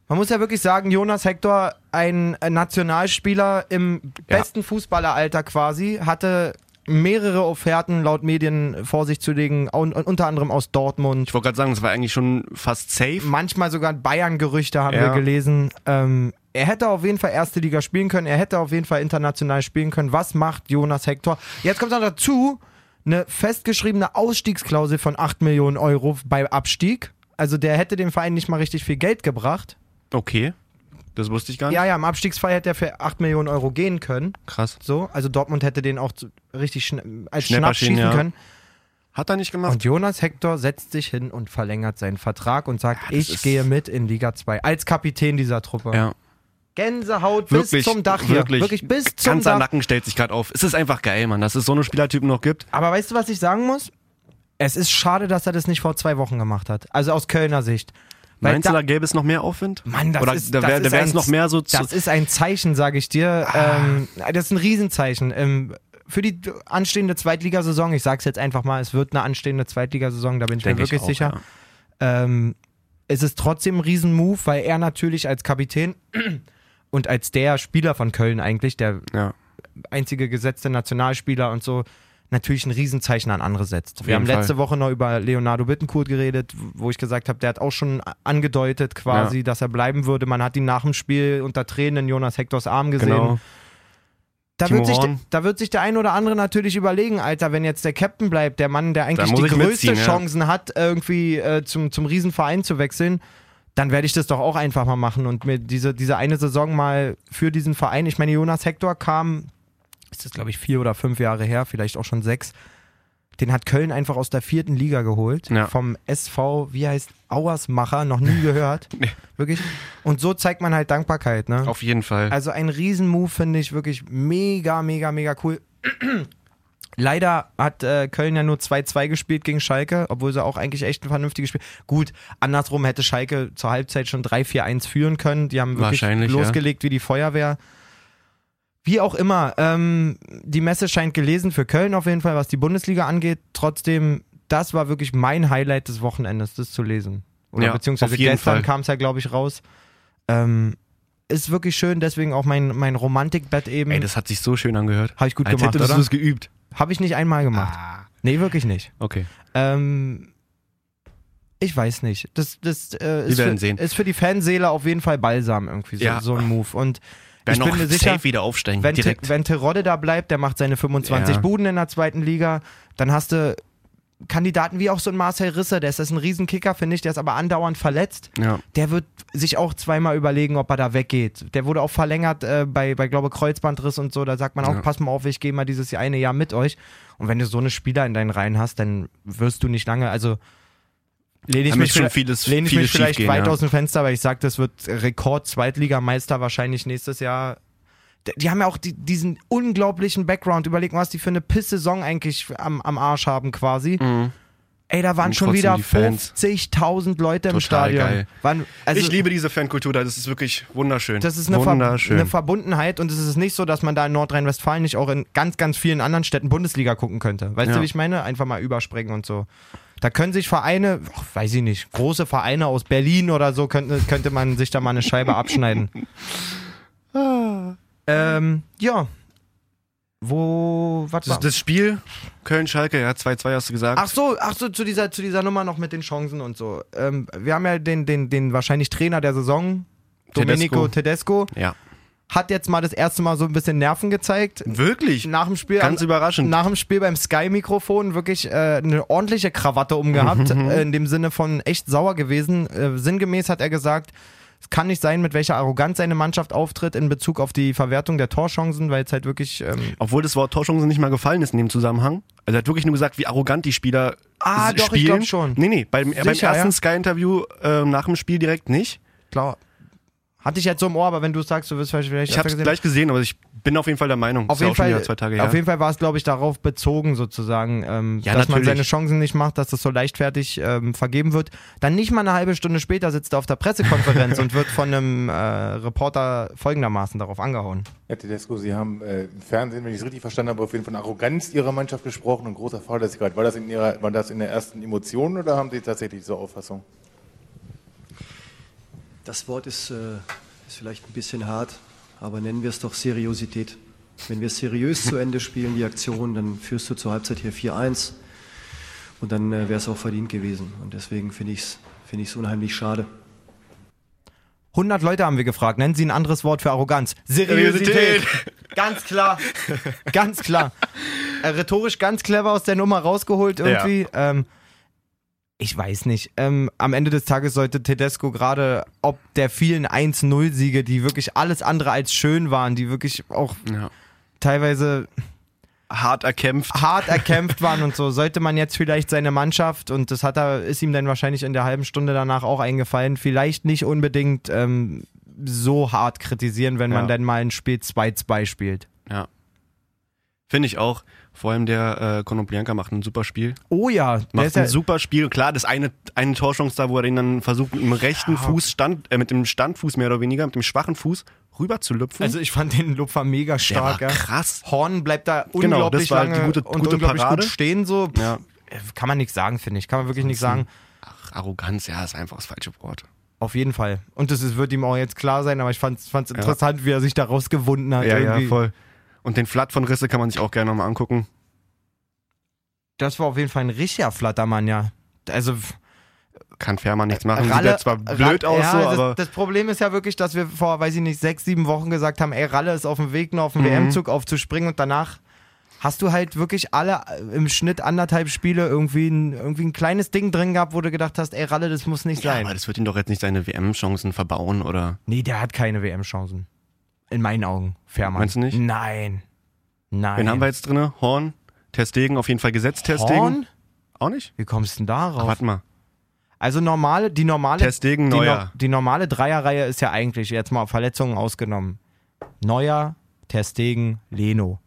Man muss ja wirklich sagen, Jonas Hector, ein äh, Nationalspieler im Ja. besten Fußballeralter quasi, hatte mehrere Offerten laut Medien vor sich zu legen, un unter anderem aus Dortmund. Ich wollte gerade sagen, das war eigentlich schon fast safe. Manchmal sogar Bayern-Gerüchte haben Ja. wir gelesen. Ähm, er hätte auf jeden Fall erste Liga spielen können, er hätte auf jeden Fall international spielen können. Was macht Jonas Hector? Jetzt kommt noch dazu eine festgeschriebene Ausstiegsklausel von 8 Millionen Euro bei Abstieg. Also der hätte dem Verein nicht mal richtig viel Geld gebracht. Okay. Das wusste ich gar nicht. Ja, ja, im Abstiegsfall hätte er für 8 Millionen Euro gehen können. Krass. So, also Dortmund hätte den auch zu- richtig schn äh, als Schnäpper Schnapp schien, schießen ja. können. Hat er nicht gemacht. Und Jonas Hector setzt sich hin und verlängert seinen Vertrag und sagt, ich ist- gehe mit in Liga 2 als Kapitän dieser Truppe. ja. Gänsehaut bis Wirklich. zum Dach hier. Wirklich. bis zum Ganzer Dach. Nacken stellt sich gerade auf. Es ist einfach geil, Mann, dass es so eine Spielertypen noch gibt. Aber weißt du, was ich sagen muss? Es ist schade, dass er das nicht vor zwei Wochen gemacht hat. Also aus Kölner Sicht. Weil Meinst du, da- da gäbe es noch mehr Aufwind? Mann, das Oder ist, da das wäre ist es ein- noch mehr so zu. Ah. Das ist ein Zeichen, sage ich dir. Ähm, das ist ein Riesenzeichen. Ähm, für die anstehende Zweitligasaison, ich sag's jetzt einfach mal, es wird eine anstehende Zweitligasaison, da bin ich mir Denke wirklich auch, sicher. Ähm, es ist trotzdem ein Riesenmove, weil er natürlich als Kapitän und als der Spieler von Köln eigentlich, der Ja. ja. einzige gesetzte Nationalspieler und so, natürlich ein Riesenzeichen an andere setzt. Wir haben jeden letzte Fall. Woche noch über Leonardo Bittencourt geredet, wo ich gesagt habe, der hat auch schon angedeutet quasi, dass er bleiben würde. Man hat ihn nach dem Spiel unter Tränen in Jonas Hectors Arm gesehen. Genau. Da, Timo wird sich, Horn. da wird sich der ein oder andere natürlich überlegen, Alter, wenn jetzt der Captain bleibt, der Mann, der eigentlich muss die ich größte mitziehen, ja. Chancen hat, irgendwie äh, zum, zum Riesenverein zu wechseln, dann werde ich das doch auch einfach mal machen und mir diese, diese eine Saison mal für diesen Verein, ich meine, Jonas Hector kam, ist das glaube ich vier oder fünf Jahre her, vielleicht auch schon sechs, den hat Köln einfach aus der vierten Liga geholt, Ja. vom SV, wie heißt, Auersmacher, noch nie gehört, wirklich. Und so zeigt man halt Dankbarkeit, ne? Auf jeden Fall. Also ein Riesenmove finde ich wirklich mega, mega, mega cool. Leider hat äh, Köln ja nur 2-2 gespielt gegen Schalke, obwohl sie auch eigentlich echt ein vernünftiges Spiel. Gut, andersrum hätte Schalke zur Halbzeit schon 3-4-1 führen können. Die haben wirklich Wahrscheinlich, ja. losgelegt wie die Feuerwehr. Wie auch immer, ähm, die Messe scheint gelesen für Köln auf jeden Fall, was die Bundesliga angeht. Trotzdem, das war wirklich mein Highlight des Wochenendes, das zu lesen. Oder Ja, beziehungsweise auf jeden gestern Fall. kam es ja, glaube ich, raus. Ähm, ist wirklich schön, deswegen auch mein, mein Romantikbett eben. Ey, das hat sich so schön angehört. Habe ich gut Als gemacht, hättest du oder? es geübt. Habe ich nicht einmal gemacht. Nee, wirklich nicht. Ah. Okay. Ähm, ich weiß nicht. Das, das äh, ist, Wir werden für, sehen. ist für die Fanseele auf jeden Fall balsam irgendwie, so, Ja. so ein Move. Und Wenn ich bin mir sicher, safe wieder aufsteigen. wenn, Te, direkt. wenn Terodde da bleibt, der macht seine 25 Ja. Buden in der zweiten Liga, dann hast du Kandidaten wie auch so ein Marcel Risser, der ist, das ist ein Riesenkicker, finde ich, der ist aber andauernd verletzt. Ja. Der wird sich auch zweimal überlegen, ob er da weggeht. Der wurde auch verlängert äh, bei, bei, glaube Kreuzbandriss und so. Da sagt man auch, Ja. pass mal auf, ich gehe mal dieses eine Jahr mit euch. Und wenn du so eine Spieler in deinen Reihen hast, dann wirst du nicht lange, also lehne ich Haben mich, jetzt schon vielleicht- vieles, lehne ich vieles mich vielleicht schiefgehen, weit ja. aus dem Fenster, aber ich sage, das wird Rekord-Zweitligameister wahrscheinlich nächstes Jahr. D- Die haben ja auch die, diesen unglaublichen Background. Überleg mal, was die für eine Piss-Saison eigentlich am, am Arsch haben quasi. Ey, da waren Mhm. Und schon wieder trotzdem die Fans. 50.000 Leute im Total Stadion. geil. Waren, also, ich liebe diese Fankultur, da. das ist wirklich wunderschön. das ist eine, Ver wunderschön. eine Verbundenheit und es ist nicht so, dass man da in Nordrhein-Westfalen nicht auch in ganz, ganz vielen anderen Städten Bundesliga gucken könnte. Weißt du, Ja. wie ich meine? Einfach mal überspringen und so. Da können sich Vereine, ach, weiß ich nicht, große Vereine aus Berlin oder so, könnte, könnte man sich da mal eine Scheibe abschneiden. ähm, ja, Wo, was Das, war? das Spiel, Köln-Schalke, ja, 2-2 hast du gesagt. Ach so, ach so, zu dieser, zu dieser Nummer noch mit den Chancen und so. Ähm, wir haben ja den, den, den wahrscheinlich Trainer der Saison, Domenico Tedesco, Ja. hat jetzt mal das erste Mal so ein bisschen Nerven gezeigt. Wirklich? Nach dem Spiel, Ganz überraschend. nach dem Spiel beim Sky-Mikrofon wirklich äh, eine ordentliche Krawatte umgehabt, Mhm. äh, in dem Sinne von echt sauer gewesen. Äh, sinngemäß hat er gesagt, es kann nicht sein, mit welcher Arroganz seine Mannschaft auftritt in Bezug auf die Verwertung der Torchancen, weil es halt wirklich ähm, Obwohl das Wort Torchancen nicht mal gefallen ist in dem Zusammenhang. Also er hat wirklich nur gesagt, wie arrogant die Spieler Ah, s- doch, ich spielen. glaub schon. Nee, nee, beim, beim Sicher, ersten ja. Sky-Interview ähm, nach dem Spiel direkt nicht. klar. Hatte ich jetzt so im Ohr, aber wenn du es sagst, du wirst vielleicht Ich habe öfter es gesehen. gleich gesehen, aber ich bin auf jeden Fall der Meinung. auf ist ja jeden, auch schon Fall, wieder zwei Tage her. auf jeden Fall war es, glaube ich, darauf bezogen sozusagen, ähm, Ja, dass man natürlich. seine Chancen nicht macht, dass das so leichtfertig ähm, vergeben wird. Dann nicht mal eine halbe Stunde später sitzt er auf der Pressekonferenz und wird von einem äh, Reporter folgendermaßen darauf angehauen. Herr Tedesco, Sie haben äh, im Fernsehen, wenn ich es richtig verstanden habe, auf jeden Fall von Arroganz Ihrer Mannschaft gesprochen und großer Fahrlässigkeit. War das in Ihrer, war das in der ersten Emotion oder haben Sie tatsächlich diese Auffassung? Das Wort ist, äh, ist vielleicht ein bisschen hart, aber nennen wir es doch Seriosität. Wenn wir seriös zu Ende spielen, die Aktion, dann führst du zur Halbzeit hier 4-1 und dann äh, wäre es auch verdient gewesen. Und deswegen finde ich es find ich's unheimlich schade. 100 Leute haben wir gefragt, nennen Sie ein anderes Wort für Arroganz. Seriosität. ganz klar. Ganz klar. Äh, rhetorisch ganz clever aus der Nummer rausgeholt irgendwie. Ähm, ich weiß nicht. Ähm, am Ende des Tages sollte Tedesco gerade ob der vielen 1-0-Siege, die wirklich alles andere als schön waren, die wirklich auch Ja. teilweise Hart erkämpft. hart erkämpft waren und so, sollte man jetzt vielleicht seine Mannschaft, und das hat er, ist ihm dann wahrscheinlich in der halben Stunde danach auch eingefallen, vielleicht nicht unbedingt ähm, so hart kritisieren, wenn Ja. man dann mal ein Spiel 2-2 spielt. Ja. Finde ich auch. Vor allem der äh, Konoplyanka macht ein super Spiel. Oh ja, der Macht ist ja, ein super Spiel. Und klar, das eine, eine Torschance da, wo er den dann versucht, mit dem rechten Fuß, Stand, äh, mit dem Standfuß mehr oder weniger, mit dem schwachen Fuß rüber zu lüpfen. also ich fand den Lupfer mega der war stark. ja. krass. Horn bleibt da Genau, unglaublich das war die lange gute- und gute unglaublich Parade. gut stehen so. Pff, Ja. Kann man nichts sagen, finde ich. Kann man wirklich nichts sagen. Ach, Arroganz, ja, ist einfach das falsche Wort. Auf jeden Fall. Und das ist, wird ihm auch jetzt klar sein, aber ich fand es interessant, wie er sich da rausgewunden hat. irgendwie. voll. Und den Flat von Risse kann man sich auch gerne nochmal angucken. Das war auf jeden Fall ein richtiger Flattermann, ja. Also Kann Fährmann nichts machen. Sieht Ralle, ja zwar blöd Ra- aus, ja, so, das, aber. das Problem ist ja wirklich, dass wir vor, weiß ich nicht, sechs, sieben Wochen gesagt haben, ey, Ralle ist auf dem Weg, nur auf Mhm. den WM-Zug aufzuspringen und danach hast du halt wirklich alle äh, im Schnitt anderthalb Spiele irgendwie ein, irgendwie ein kleines Ding drin gehabt, wo du gedacht hast, ey, Ralle, das muss nicht ja, sein. aber das wird ihm doch jetzt nicht seine WM-Chancen verbauen, oder? nee, der hat keine WM-Chancen. In meinen Augen, Fährmann. Meinst du nicht? Nein. Nein. Wen haben wir jetzt drinne? Horn, Testegen, auf jeden Fall gesetzt, Testegen. Horn? Auch nicht? Wie kommst du denn Ach, darauf? warte mal. also normale, die normale Testegen, Die, Neuer. no die normale Dreierreihe ist ja eigentlich jetzt mal Verletzungen ausgenommen. Neuer, Testegen, Leno.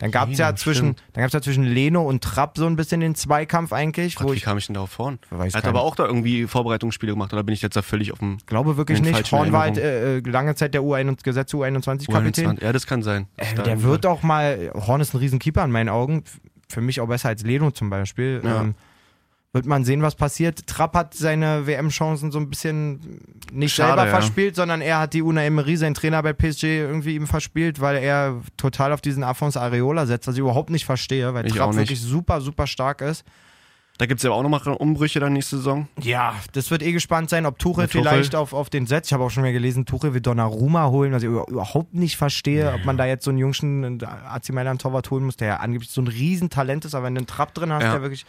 Dann gab es ja Leno, zwischen, dann gab's ja zwischen Leno und Trapp so ein bisschen den Zweikampf eigentlich, wo Gott, wie ich kam ich denn darauf vorn? Weiß Hat keiner. aber auch da irgendwie Vorbereitungsspiele gemacht, oder bin ich jetzt da völlig auf dem glaube wirklich in den nicht. falschen Horn war halt äh, äh, lange Zeit der U21, Gesetz U21-Kapitän. U21? Ja, das kann sein. Äh, der wird auch mal, Horn ist ein Riesenkeeper in meinen Augen, f- für mich auch besser als Leno zum Beispiel. Ja. Ähm, wird man sehen, was passiert. Trapp hat seine WM-Chancen so ein bisschen nicht Schade, selber ja. verspielt, sondern er hat die Una Emery, sein Trainer bei PSG, irgendwie ihm verspielt, weil er total auf diesen Afonso Areola setzt, was ich überhaupt nicht verstehe, weil Ich auch Trapp nicht. wirklich super, super stark ist. Da gibt es ja auch nochmal Umbrüche dann nächste Saison. Ja, das wird eh gespannt sein, ob Tuchel Mit Tuchel. vielleicht auf, auf den setzt. Ich habe auch schon mal gelesen, Tuchel will Donnarumma holen, was ich über- überhaupt nicht verstehe, ob man da jetzt so einen jungen äh, AC Mailand-Torwart holen muss, der ja angeblich so ein Riesentalent ist, aber wenn du einen Trapp drin hast, Ja. der wirklich...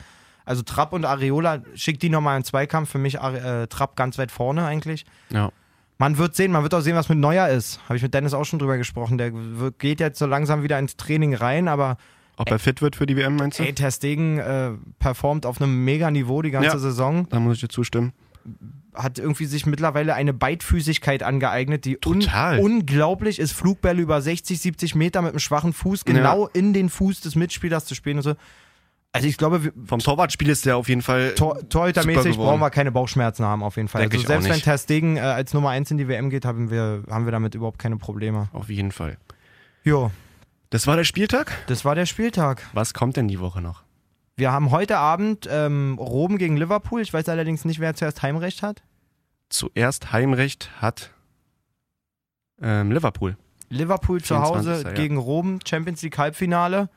Also Trapp und Areola, schick die nochmal in den Zweikampf. Für mich Are- äh, Trapp ganz weit vorne eigentlich. Ja. Man wird sehen, man wird auch sehen, was mit Neuer ist. Habe ich mit Dennis auch schon drüber gesprochen. Der w- geht jetzt so langsam wieder ins Training rein, aber Ob er fit wird für die WM, meinst du? ey, Ter Stegen äh, performt auf einem Mega-Niveau die ganze Ja. Saison. Da muss ich dir zustimmen. hat irgendwie sich mittlerweile eine Beidfüßigkeit angeeignet, die un Total. unglaublich ist, Flugbälle über 60, 70 Meter mit einem schwachen Fuß genau in den Fuß des Mitspielers zu spielen und so. Also ich glaube, wir- Vom Torwartspiel ist der auf jeden Fall. Tor Torhütermäßig Super geworden. brauchen wir keine Bauchschmerzen haben auf jeden Fall. Denke Also ich selbst auch wenn nicht. Ter Stegen äh, als Nummer 1 in die WM geht, haben wir, haben wir damit überhaupt keine Probleme. auf jeden Fall. Jo, Das war der Spieltag. das war der Spieltag. Was kommt denn die Woche noch? Wir haben heute Abend ähm, Rom gegen Liverpool. Ich weiß allerdings nicht, wer zuerst Heimrecht hat. Zuerst Heimrecht hat ähm, Liverpool. Liverpool zu Hause 24., ja. gegen Rom, Champions League Halbfinale.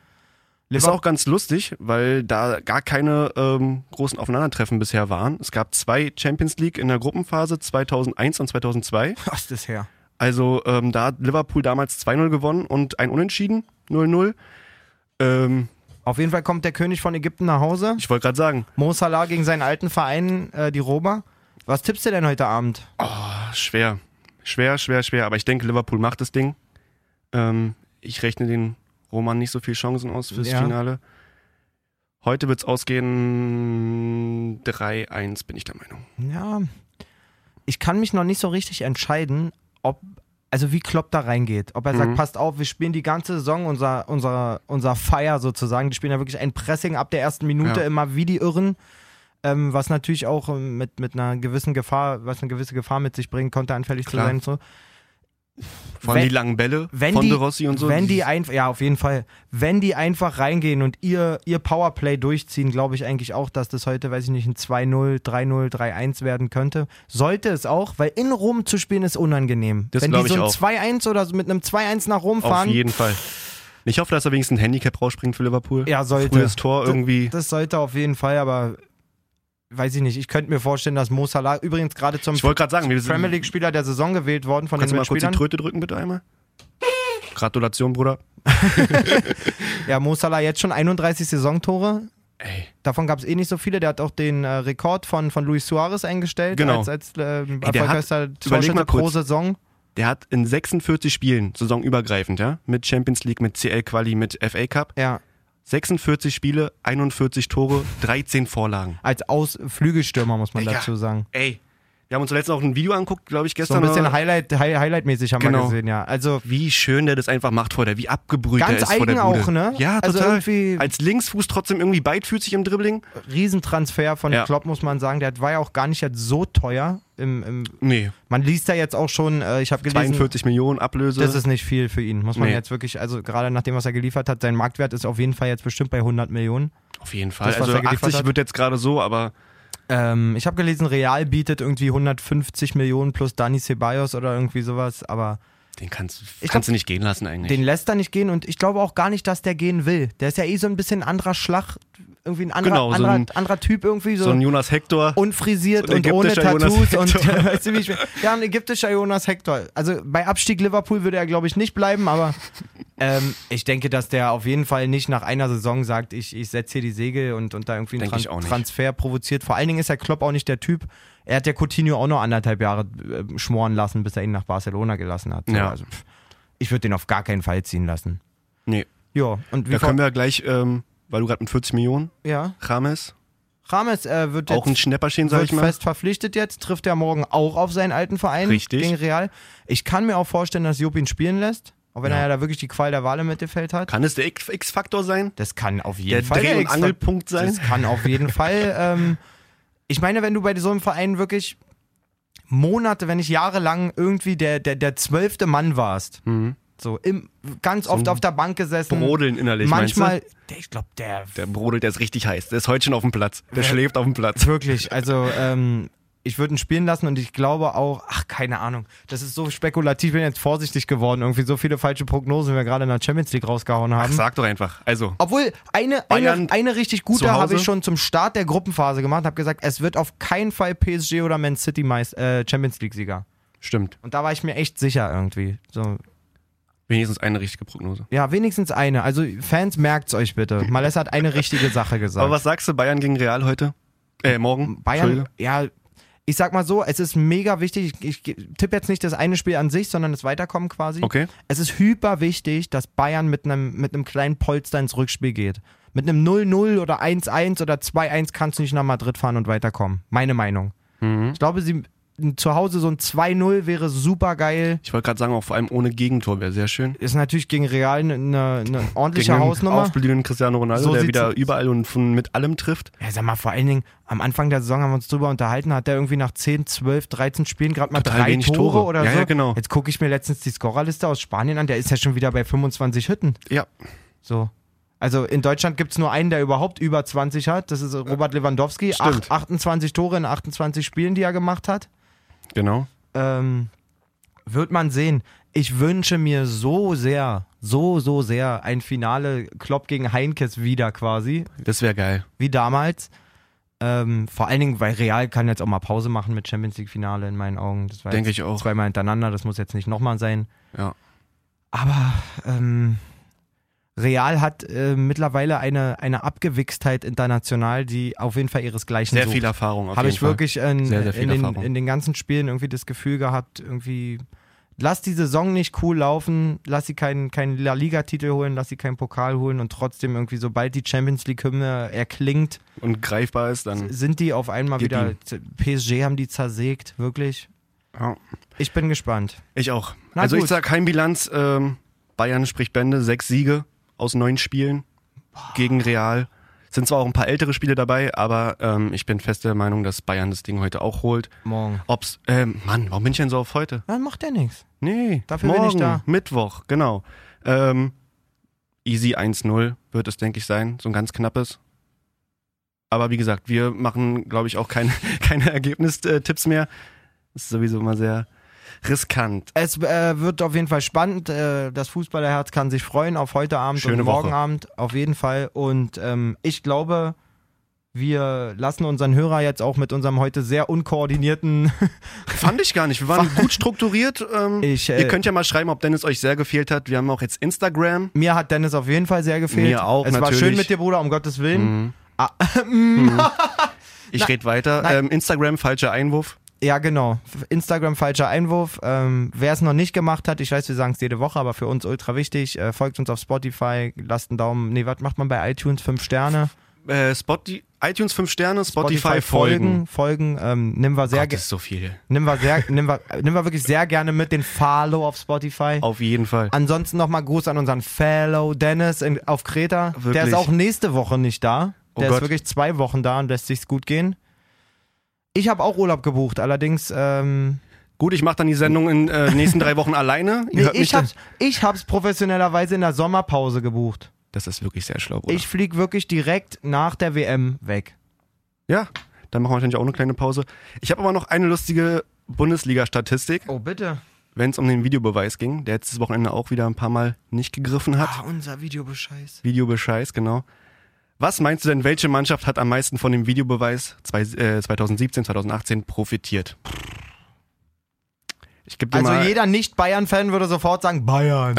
Ist auch ganz lustig, weil da gar keine ähm, großen Aufeinandertreffen bisher waren. Es gab zwei Champions League in der Gruppenphase 2001 und 2002. Was ist das her? Also ähm, da hat Liverpool damals 2-0 gewonnen und ein Unentschieden 0-0. Ähm, Auf jeden Fall kommt der König von Ägypten nach Hause. ich wollte gerade sagen, Mo Salah gegen seinen alten Verein, äh, die Roma. Was tippst du denn heute Abend? ah, schwer, schwer, schwer, schwer. Aber ich denke, Liverpool macht das Ding. Ähm, ich rechne den Roman nicht so viel Chancen aus fürs Ja. Finale. Heute wird's ausgehen 3-1, bin ich der Meinung. Ja, ich kann mich noch nicht so richtig entscheiden, ob, also wie Klopp da reingeht. Ob er Mhm. sagt, passt auf, wir spielen die ganze Saison unser, unser, unser Fire sozusagen. Die spielen ja wirklich ein Pressing ab der ersten Minute Ja. immer wie die Irren. Ähm, was natürlich auch ähm, mit, mit einer gewissen Gefahr, was eine gewisse Gefahr mit sich bringt, konteranfällig zu Klar. sein und so. Vor allem Wenn- die langen Bälle wenn von die, De Rossi und so. Wenn die einfach, ja, auf jeden Fall. Wenn die einfach reingehen und ihr, ihr Powerplay durchziehen, glaube ich eigentlich auch, dass das heute, weiß ich nicht, ein 2-0, 3-0, 3-1 werden könnte. Sollte es auch, weil in Rom zu spielen ist unangenehm. Das wenn die glaube so ich ein auch. 2-1 oder so mit einem 2-1 nach Rom auf fahren, jeden Fall. Ich hoffe, dass er wenigstens ein Handicap rausspringt für Liverpool. ja, sollte. Frühes Tor irgendwie. Das sollte auf jeden Fall, aber weiß ich nicht. Ich könnte mir vorstellen, dass Mo Salah übrigens gerade zum Ich wollte gerade sagen, wir sind, Premier League Spieler der Saison gewählt worden von Kannst du den mal kurz die Mitspielern. Tröte drücken, bitte einmal? Gratulation, Bruder. Ja, Mo Salah jetzt schon 31 Saisontore, Ey, Davon gab es eh nicht so viele. Der hat auch den äh, Rekord von, von Luis Suarez eingestellt Genau. als, als äh, hat- erfolgreichster überleg Torschütze mal pro kurz. Saison. der hat in 46 Spielen, saisonübergreifend, ja, mit Champions League, mit CL-Quali, mit FA Cup, Ja, 46 Spiele, 41 Tore, 13 Vorlagen. als Aus Flügelstürmer muss man Digga. dazu sagen. Ey, wir haben uns zuletzt auch ein Video angeguckt, glaube ich, So gestern. ein bisschen oder? Highlight, Hi Highlight-mäßig haben wir Genau. gesehen, ja. Also wie schön der das einfach macht vor der, wie abgebrüht er ganz ist vor der eigen Bude. auch, ne? Ja, also total. irgendwie Als Linksfuß trotzdem irgendwie beidfüßig im Dribbling. Riesentransfer von Ja. Klopp, muss man sagen. Der hat- war ja auch gar nicht jetzt so teuer. Im, im, Nee, man liest da jetzt auch schon, äh, ich habe gelesen, 42 Millionen Ablöse. Das ist nicht viel für ihn, muss man ne? Nee. jetzt wirklich, also gerade nach dem, was er geliefert hat, sein Marktwert ist auf jeden Fall jetzt bestimmt bei 100 Millionen. Auf jeden Fall. das, was also er geliefert 80 hat. wird jetzt gerade so, aber Ähm, ich habe gelesen, Real bietet irgendwie 150 Millionen plus Dani Ceballos oder irgendwie sowas, aber den kannst, Ich kannst glaub, du nicht gehen lassen eigentlich. den lässt er nicht gehen und ich glaube auch gar nicht, dass der gehen will. Der ist ja eh so ein bisschen anderer Schlag, irgendwie ein anderer, Genau, so anderer, ein- anderer Typ irgendwie, so, so ein Jonas Hector. unfrisiert so ein und ohne ägyptischer Tattoos Jonas und Hector. weißt du, wie ich, ja, ein ägyptischer Jonas Hector. Also bei Abstieg Liverpool würde er glaube ich nicht bleiben, aber ähm, ich denke, dass der auf jeden Fall nicht nach einer Saison sagt, ich, ich setze hier die Segel und, und da irgendwie einen Denke ich Tran- auch nicht. Transfer provoziert. Vor allen Dingen ist der Klopp auch nicht der Typ. Er hat ja Coutinho auch noch anderthalb Jahre äh, schmoren lassen, bis er ihn nach Barcelona gelassen hat. So, Ja. Also, pff, ich würde den auf gar keinen Fall ziehen lassen. nee, Ja, und wie da vor- können wir gleich, ähm, weil du gerade mit 40 Millionen, ja. Rames, Rames äh, wird jetzt auch ein Schnäpperchen, sag wird ich mal. fest verpflichtet jetzt, trifft er morgen auch auf seinen alten Verein Richtig. gegen Real. Ich kann mir auch vorstellen, dass Jupp ihn spielen lässt, auch wenn Ja. er ja da wirklich die Qual der Wahl im Mittelfeld hat. Kann es der X- X-Faktor sein? Das kann auf jeden Der Fall Dreh- und Extra- Angelpunkt sein? Das kann auf jeden Fall. Ähm, ich meine, wenn du bei so einem Verein wirklich Monate, wenn nicht jahrelang irgendwie der, der, der zwölfte Mann warst, Mhm. so im, ganz oft auf der Bank gesessen, Brodeln innerlich, manchmal, meinst Der- ich glaube, der du? Der brodelt, der ist richtig heiß. Der ist heute schon auf dem Platz. Der schläft auf dem Platz. Wirklich, also ähm, ich würde ihn spielen lassen und ich glaube auch, ach, keine Ahnung, das ist so spekulativ, ich bin jetzt vorsichtig geworden, irgendwie so viele falsche Prognosen, die wir gerade in der Champions League rausgehauen Ach, haben. sag doch einfach. Also, obwohl, eine, eine, Bayern eine richtig gute zu Hause? habe ich schon zum Start der Gruppenphase gemacht, habe gesagt, es wird auf keinen Fall PSG oder Man City meist, äh, Champions League-Sieger. stimmt. Und da war ich mir echt sicher irgendwie. So, Wenigstens eine richtige Prognose. ja, wenigstens eine. Also Fans, merkt's euch bitte. Malessa hat eine richtige Sache gesagt. Aber was sagst du, Bayern gegen Real heute? Äh, morgen? Bayern, Entschuldige. ja, ich sag mal so, es ist mega wichtig. Ich, ich tippe jetzt nicht das eine Spiel an sich, sondern das Weiterkommen quasi. Okay. Es ist hyper wichtig, dass Bayern mit einem mit einem kleinen Polster ins Rückspiel geht. Mit einem 0-0 oder 1-1 oder 2-1 kannst du nicht nach Madrid fahren und weiterkommen. Meine Meinung. Mhm. Ich glaube, sie zu Hause so ein 2-0 wäre super geil. Ich wollte gerade sagen, auch vor allem ohne Gegentor wäre sehr schön. Ist natürlich gegen Real eine, eine ordentliche einen Hausnummer. aufblühenden Cristiano Ronaldo, So der sieht's wieder aus. überall und von, mit allem trifft. Ja, sag mal, vor allen Dingen, am Anfang der Saison haben wir uns drüber unterhalten, hat der irgendwie nach 10, 12, 13 Spielen gerade mal Total drei wenig Tore, Tore. oder Ja, so. ja, genau. Jetzt gucke ich mir letztens die Scorerliste aus Spanien an, der ist ja schon wieder bei 25 Hütten. Ja. So. Also in Deutschland gibt es nur einen, der überhaupt über 20 hat. Das ist Robert Lewandowski. Acht, Stimmt. 28 Tore in 28 Spielen, die er gemacht hat. Genau. Ähm, Wird man sehen. Ich wünsche mir so sehr, so, so sehr ein Finale Klopp gegen Heinkes wieder quasi, Das wäre geil. wie damals. Ähm, vor allen Dingen, weil Real kann jetzt auch mal Pause machen mit Champions League Finale in meinen Augen. Das war Denke jetzt ich auch. zweimal hintereinander, das muss jetzt nicht nochmal sein. Ja. Aber ähm, Real hat äh, mittlerweile eine, eine Abgewichstheit international, die auf jeden Fall ihresgleichen Sehr sucht. viel Erfahrung. auf Habe jeden ich Fall. wirklich in, Sehr, sehr viel in, den, Erfahrung. in den ganzen Spielen irgendwie das Gefühl gehabt, irgendwie, lass die Saison nicht cool laufen, lass sie keinen keinen La Liga-Titel holen, lass sie keinen Pokal holen und trotzdem irgendwie, sobald die Champions League-Hymne erklingt, Und greifbar ist dann. sind die auf einmal Gib wieder, PSG haben die zersägt, wirklich. Ja. Ich bin gespannt. Ich auch. Na also gut. ich sag Heimbilanz, ähm, Bayern spricht Bände, sechs Siege aus neun Spielen gegen Real. Sind zwar auch ein paar ältere Spiele dabei, aber ähm, ich bin fest der Meinung, dass Bayern das Ding heute auch holt. Morgen. Ob's, ähm, Mann, warum bin ich denn so auf heute? Dann macht der nichts. Nee, Dafür bin morgen, ich da. Mittwoch, genau. Ähm, easy 1-0 wird es, denke ich, sein. So ein ganz knappes. Aber wie gesagt, wir machen, glaube ich, auch keine, keine Ergebnistipps mehr. Ist sowieso immer sehr riskant. Es äh, wird auf jeden Fall spannend. Äh, das Fußballerherz kann sich freuen auf heute Abend Schöne und Woche. morgen Abend auf jeden Fall. Und ähm, ich glaube, wir lassen unseren Hörer jetzt auch mit unserem heute sehr unkoordinierten. Fand ich gar nicht. Wir waren gut strukturiert. Ähm, Ich, äh, ihr könnt ja mal schreiben, ob Dennis euch sehr gefehlt hat. Wir haben auch jetzt Instagram. Mir hat Dennis auf jeden Fall sehr gefehlt. Mir auch, Es natürlich. Mhm. war schön mit dir, Bruder, um Gottes Willen. Ich rede weiter. nein. Ähm, Instagram, falscher Einwurf. Ja, genau. F- Instagram falscher Einwurf. Ähm, Wer es noch nicht gemacht hat, ich weiß, wir sagen es jede Woche, aber für uns ultra wichtig. Äh, folgt uns auf Spotify, lasst einen Daumen. Nee, was macht man bei iTunes? Fünf Sterne. Äh, Spotify, iTunes 5 Sterne, Spotify, folgen. Folgen, ähm, nehmen wir sehr Gott, gerne. das ist so viel. Nimm wir, sehr, nimm, wir, äh, nimm wir wirklich sehr gerne mit den Follow auf Spotify. Auf jeden Fall. Ansonsten nochmal Gruß an unseren Fellow Dennis in, auf Kreta. Der Wirklich. ist auch nächste Woche nicht da. Oh Der ist Gott. wirklich zwei Wochen da und lässt sich's gut gehen. Ich habe auch Urlaub gebucht, allerdings ähm, Gut, ich mache dann die Sendung in äh, nächsten drei Wochen alleine. Ihr nee, hört mich ich, dann- hab's, ich hab's professionellerweise in der Sommerpause gebucht. Das ist wirklich sehr schlau, Bruder. Ich flieg wirklich direkt nach der WM weg. ja, dann machen wir wahrscheinlich auch eine kleine Pause. Ich habe aber noch eine lustige Bundesliga-Statistik, Oh bitte. wenn es um den Videobeweis ging, der jetzt das Wochenende auch wieder ein paar Mal nicht gegriffen hat. Ah, unser Videobescheiß. Videobescheiß, genau. Was meinst du denn, welche Mannschaft hat am meisten von dem Videobeweis zwei, äh, 2017, 2018 profitiert? Ich gebe dir Also mal... jeder Nicht-Bayern-Fan würde sofort sagen, Bayern.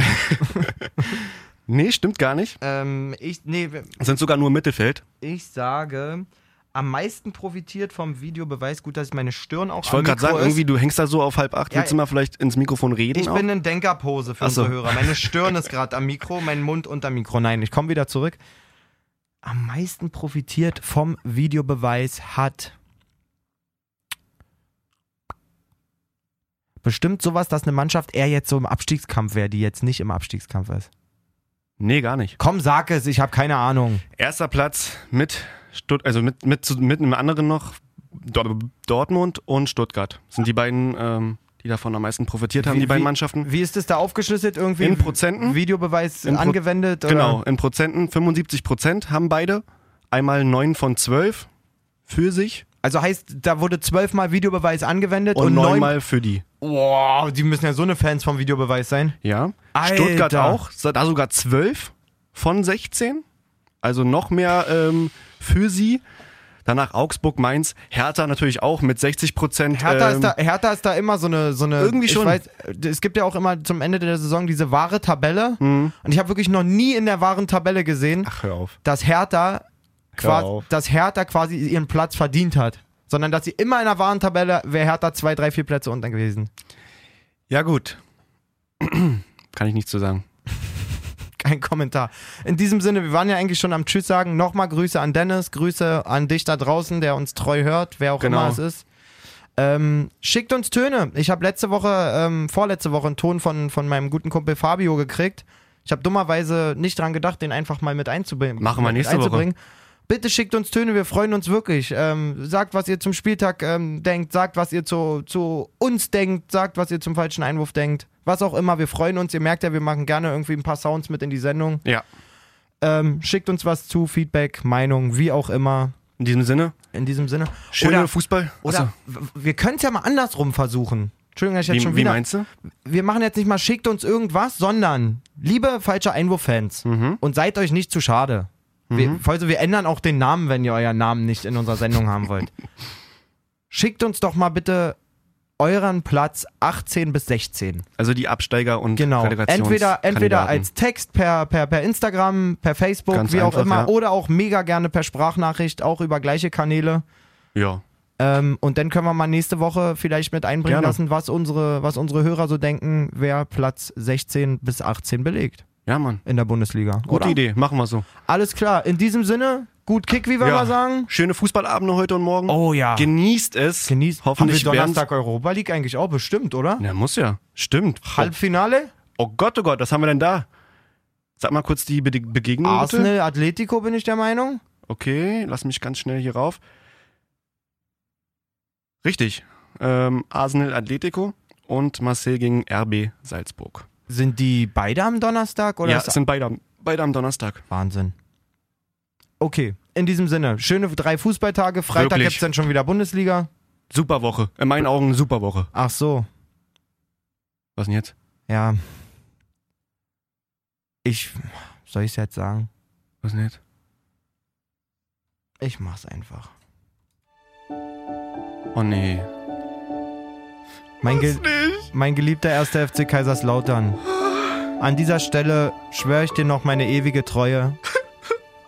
nee, stimmt gar nicht. ähm, ich, nee, Es sind sogar nur Mittelfeld. Ich sage, am meisten profitiert vom Videobeweis. Gut, dass ich meine Stirn auch Ich wollte gerade sagen, irgendwie, du hängst da so auf halb acht. Ja, Willst du mal vielleicht ins Mikrofon reden? Ich auch? bin in Denkerpose für Ach so. unsere Hörer. Meine Stirn ist gerade am Mikro, mein Mund unter Mikro. Nein, ich komme wieder zurück. Am meisten profitiert vom Videobeweis hat bestimmt sowas, dass eine Mannschaft eher jetzt so im Abstiegskampf wäre, die jetzt nicht im Abstiegskampf ist. Nee, gar nicht. Komm, sag es, ich habe keine Ahnung. Erster Platz mit Stutt also mit, mit, zu- mit einem anderen noch, Dor- Dortmund und Stuttgart. Sind die beiden, ähm, die davon am meisten profitiert haben, Wie- die beiden wie- Mannschaften. Wie ist es da aufgeschlüsselt? Irgendwie In Prozenten? Videobeweis In Pro- angewendet? Genau, Oder? in Prozenten. 75 Prozent haben beide. Einmal 9 von 12 für sich Also heißt, da wurde zwölfmal Videobeweis angewendet und, und, neunmal. neunmal für die. Wow, die müssen ja so eine Fans vom Videobeweis sein. Ja. Alter. Stuttgart auch, da sogar 12 von 16. Also noch mehr ähm, für sie. Danach Augsburg, Mainz, Hertha natürlich auch mit 60 Prozent. Hertha, ähm, ist da, Hertha ist da immer so eine. So eine Irgendwie schon. Ich weiß, es gibt ja auch immer zum Ende der Saison diese wahre Tabelle. Mhm. Und ich habe wirklich noch nie in der wahren Tabelle gesehen, Ach, hör auf. dass Hertha, quasi, auf. dass Hertha quasi ihren Platz verdient hat. Sondern dass sie immer in der wahren Tabelle wäre Hertha zwei, drei, vier Plätze unten gewesen. Ja, gut. Kann ich nichts zu sagen. Kein Kommentar. In diesem Sinne, wir waren ja eigentlich schon am Tschüss sagen. Nochmal Grüße an Dennis, Grüße an dich da draußen, der uns treu hört, wer auch Genau. immer es ist. Ähm, schickt uns Töne. Ich habe letzte Woche, ähm, vorletzte Woche einen Ton von, von meinem guten Kumpel Fabio gekriegt. Ich habe dummerweise nicht dran gedacht, den einfach mal mit einzubringen. Machen wir mit nächste Woche. einzubringen. Bitte schickt uns Töne, wir freuen uns wirklich. Ähm, sagt, was ihr zum Spieltag ähm, denkt, sagt, was ihr zu, zu uns denkt, sagt, was ihr zum falschen Einwurf denkt. Was auch immer, wir freuen uns. Ihr merkt ja, wir machen gerne irgendwie ein paar Sounds mit in die Sendung. Ja. Ähm, schickt uns was zu, Feedback, Meinung, wie auch immer. In diesem Sinne, In diesem Sinne. schöner Oder- Fußball. oder w- wir können es ja mal andersrum versuchen. Entschuldigung, dass ich jetzt Wie, schon wie wieder. meinst du? wir machen jetzt nicht mal, schickt uns irgendwas, sondern liebe falsche Einwurf-Fans Mhm. und seid euch nicht zu schade. Wir, also wir ändern auch den Namen, wenn ihr euren Namen nicht in unserer Sendung haben wollt. Schickt uns doch mal bitte euren Platz 18 bis 16. Also die Absteiger und Genau. Entweder, entweder als Text per, per, per Instagram, per Facebook, Ganz wie auch einfach, immer, ja. oder auch mega gerne per Sprachnachricht, auch über gleiche Kanäle. Ja. Ähm, und dann können wir mal nächste Woche vielleicht mit einbringen Gerne. lassen, was unsere, was unsere Hörer so denken, wer Platz 16 bis 18 belegt Ja, Mann. in der Bundesliga. Gute oder? Idee. Machen wir so. Alles klar, in diesem Sinne, gut Kick, wie wir ja. mal sagen. Schöne Fußballabende heute und morgen. Oh ja. Genießt es. Genießt. Hoffentlich Haben wir werden's- Donnerstag Europa League eigentlich auch bestimmt, oder? Na, muss ja. Stimmt. Halbfinale? Oh Gott, oh Gott, was haben wir denn da? Sag mal kurz die Bede- Begegnung. Bitte. Arsenal, Atletico bin ich der Meinung. Okay, lass mich ganz schnell hier rauf. Richtig. Ähm, Arsenal Atletico und Marseille gegen RB Salzburg. Sind die beide am Donnerstag oder ja, ist es sind beide, am- beide am Donnerstag. Wahnsinn. Okay, in diesem Sinne, schöne drei Fußballtage. Freitag Wirklich. gibt's dann schon wieder Bundesliga. Super Woche. In meinen Augen eine super Woche. Ach so, Was denn jetzt? ja. Ich, soll ich's jetzt sagen? Was denn jetzt? Ich mach's einfach. Oh nee. Mein, Ge mein geliebter erster FC Kaiserslautern. An dieser Stelle schwöre ich dir noch meine ewige Treue.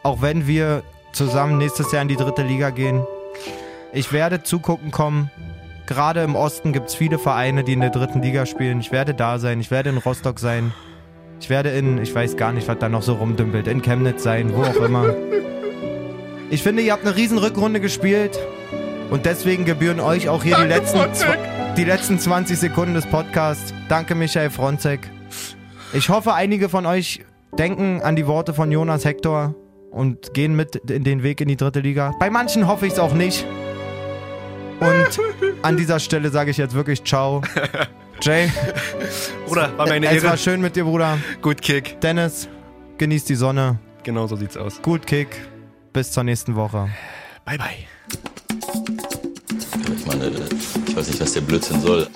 Auch wenn wir zusammen nächstes Jahr in die dritte Liga gehen. Ich werde zugucken kommen. Gerade im Osten gibt es viele Vereine, die in der dritten Liga spielen. Ich werde da sein. Ich werde in Rostock sein. Ich werde in, ich weiß gar nicht, was da noch so rumdümpelt, in Chemnitz sein, wo auch immer. Ich finde, ihr habt eine riesen Rückrunde gespielt. Und deswegen gebühren euch auch hier die letzten, zw- die letzten 20 Sekunden des Podcasts. Danke, Michael Fronzek. Ich hoffe, einige von euch denken an die Worte von Jonas Hector und gehen mit in den Weg in die dritte Liga. Bei manchen hoffe ich es auch nicht. Und an dieser Stelle sage ich jetzt wirklich Ciao. Jay, Bruder, war meine es war Ehre. schön mit dir, Bruder. Gut Kick. Dennis, genießt die Sonne. Genau so sieht's aus. Gut Kick. Bis zur nächsten Woche. Bye, bye. ne, Ich meine, ich weiß nicht, was der Blödsinn soll.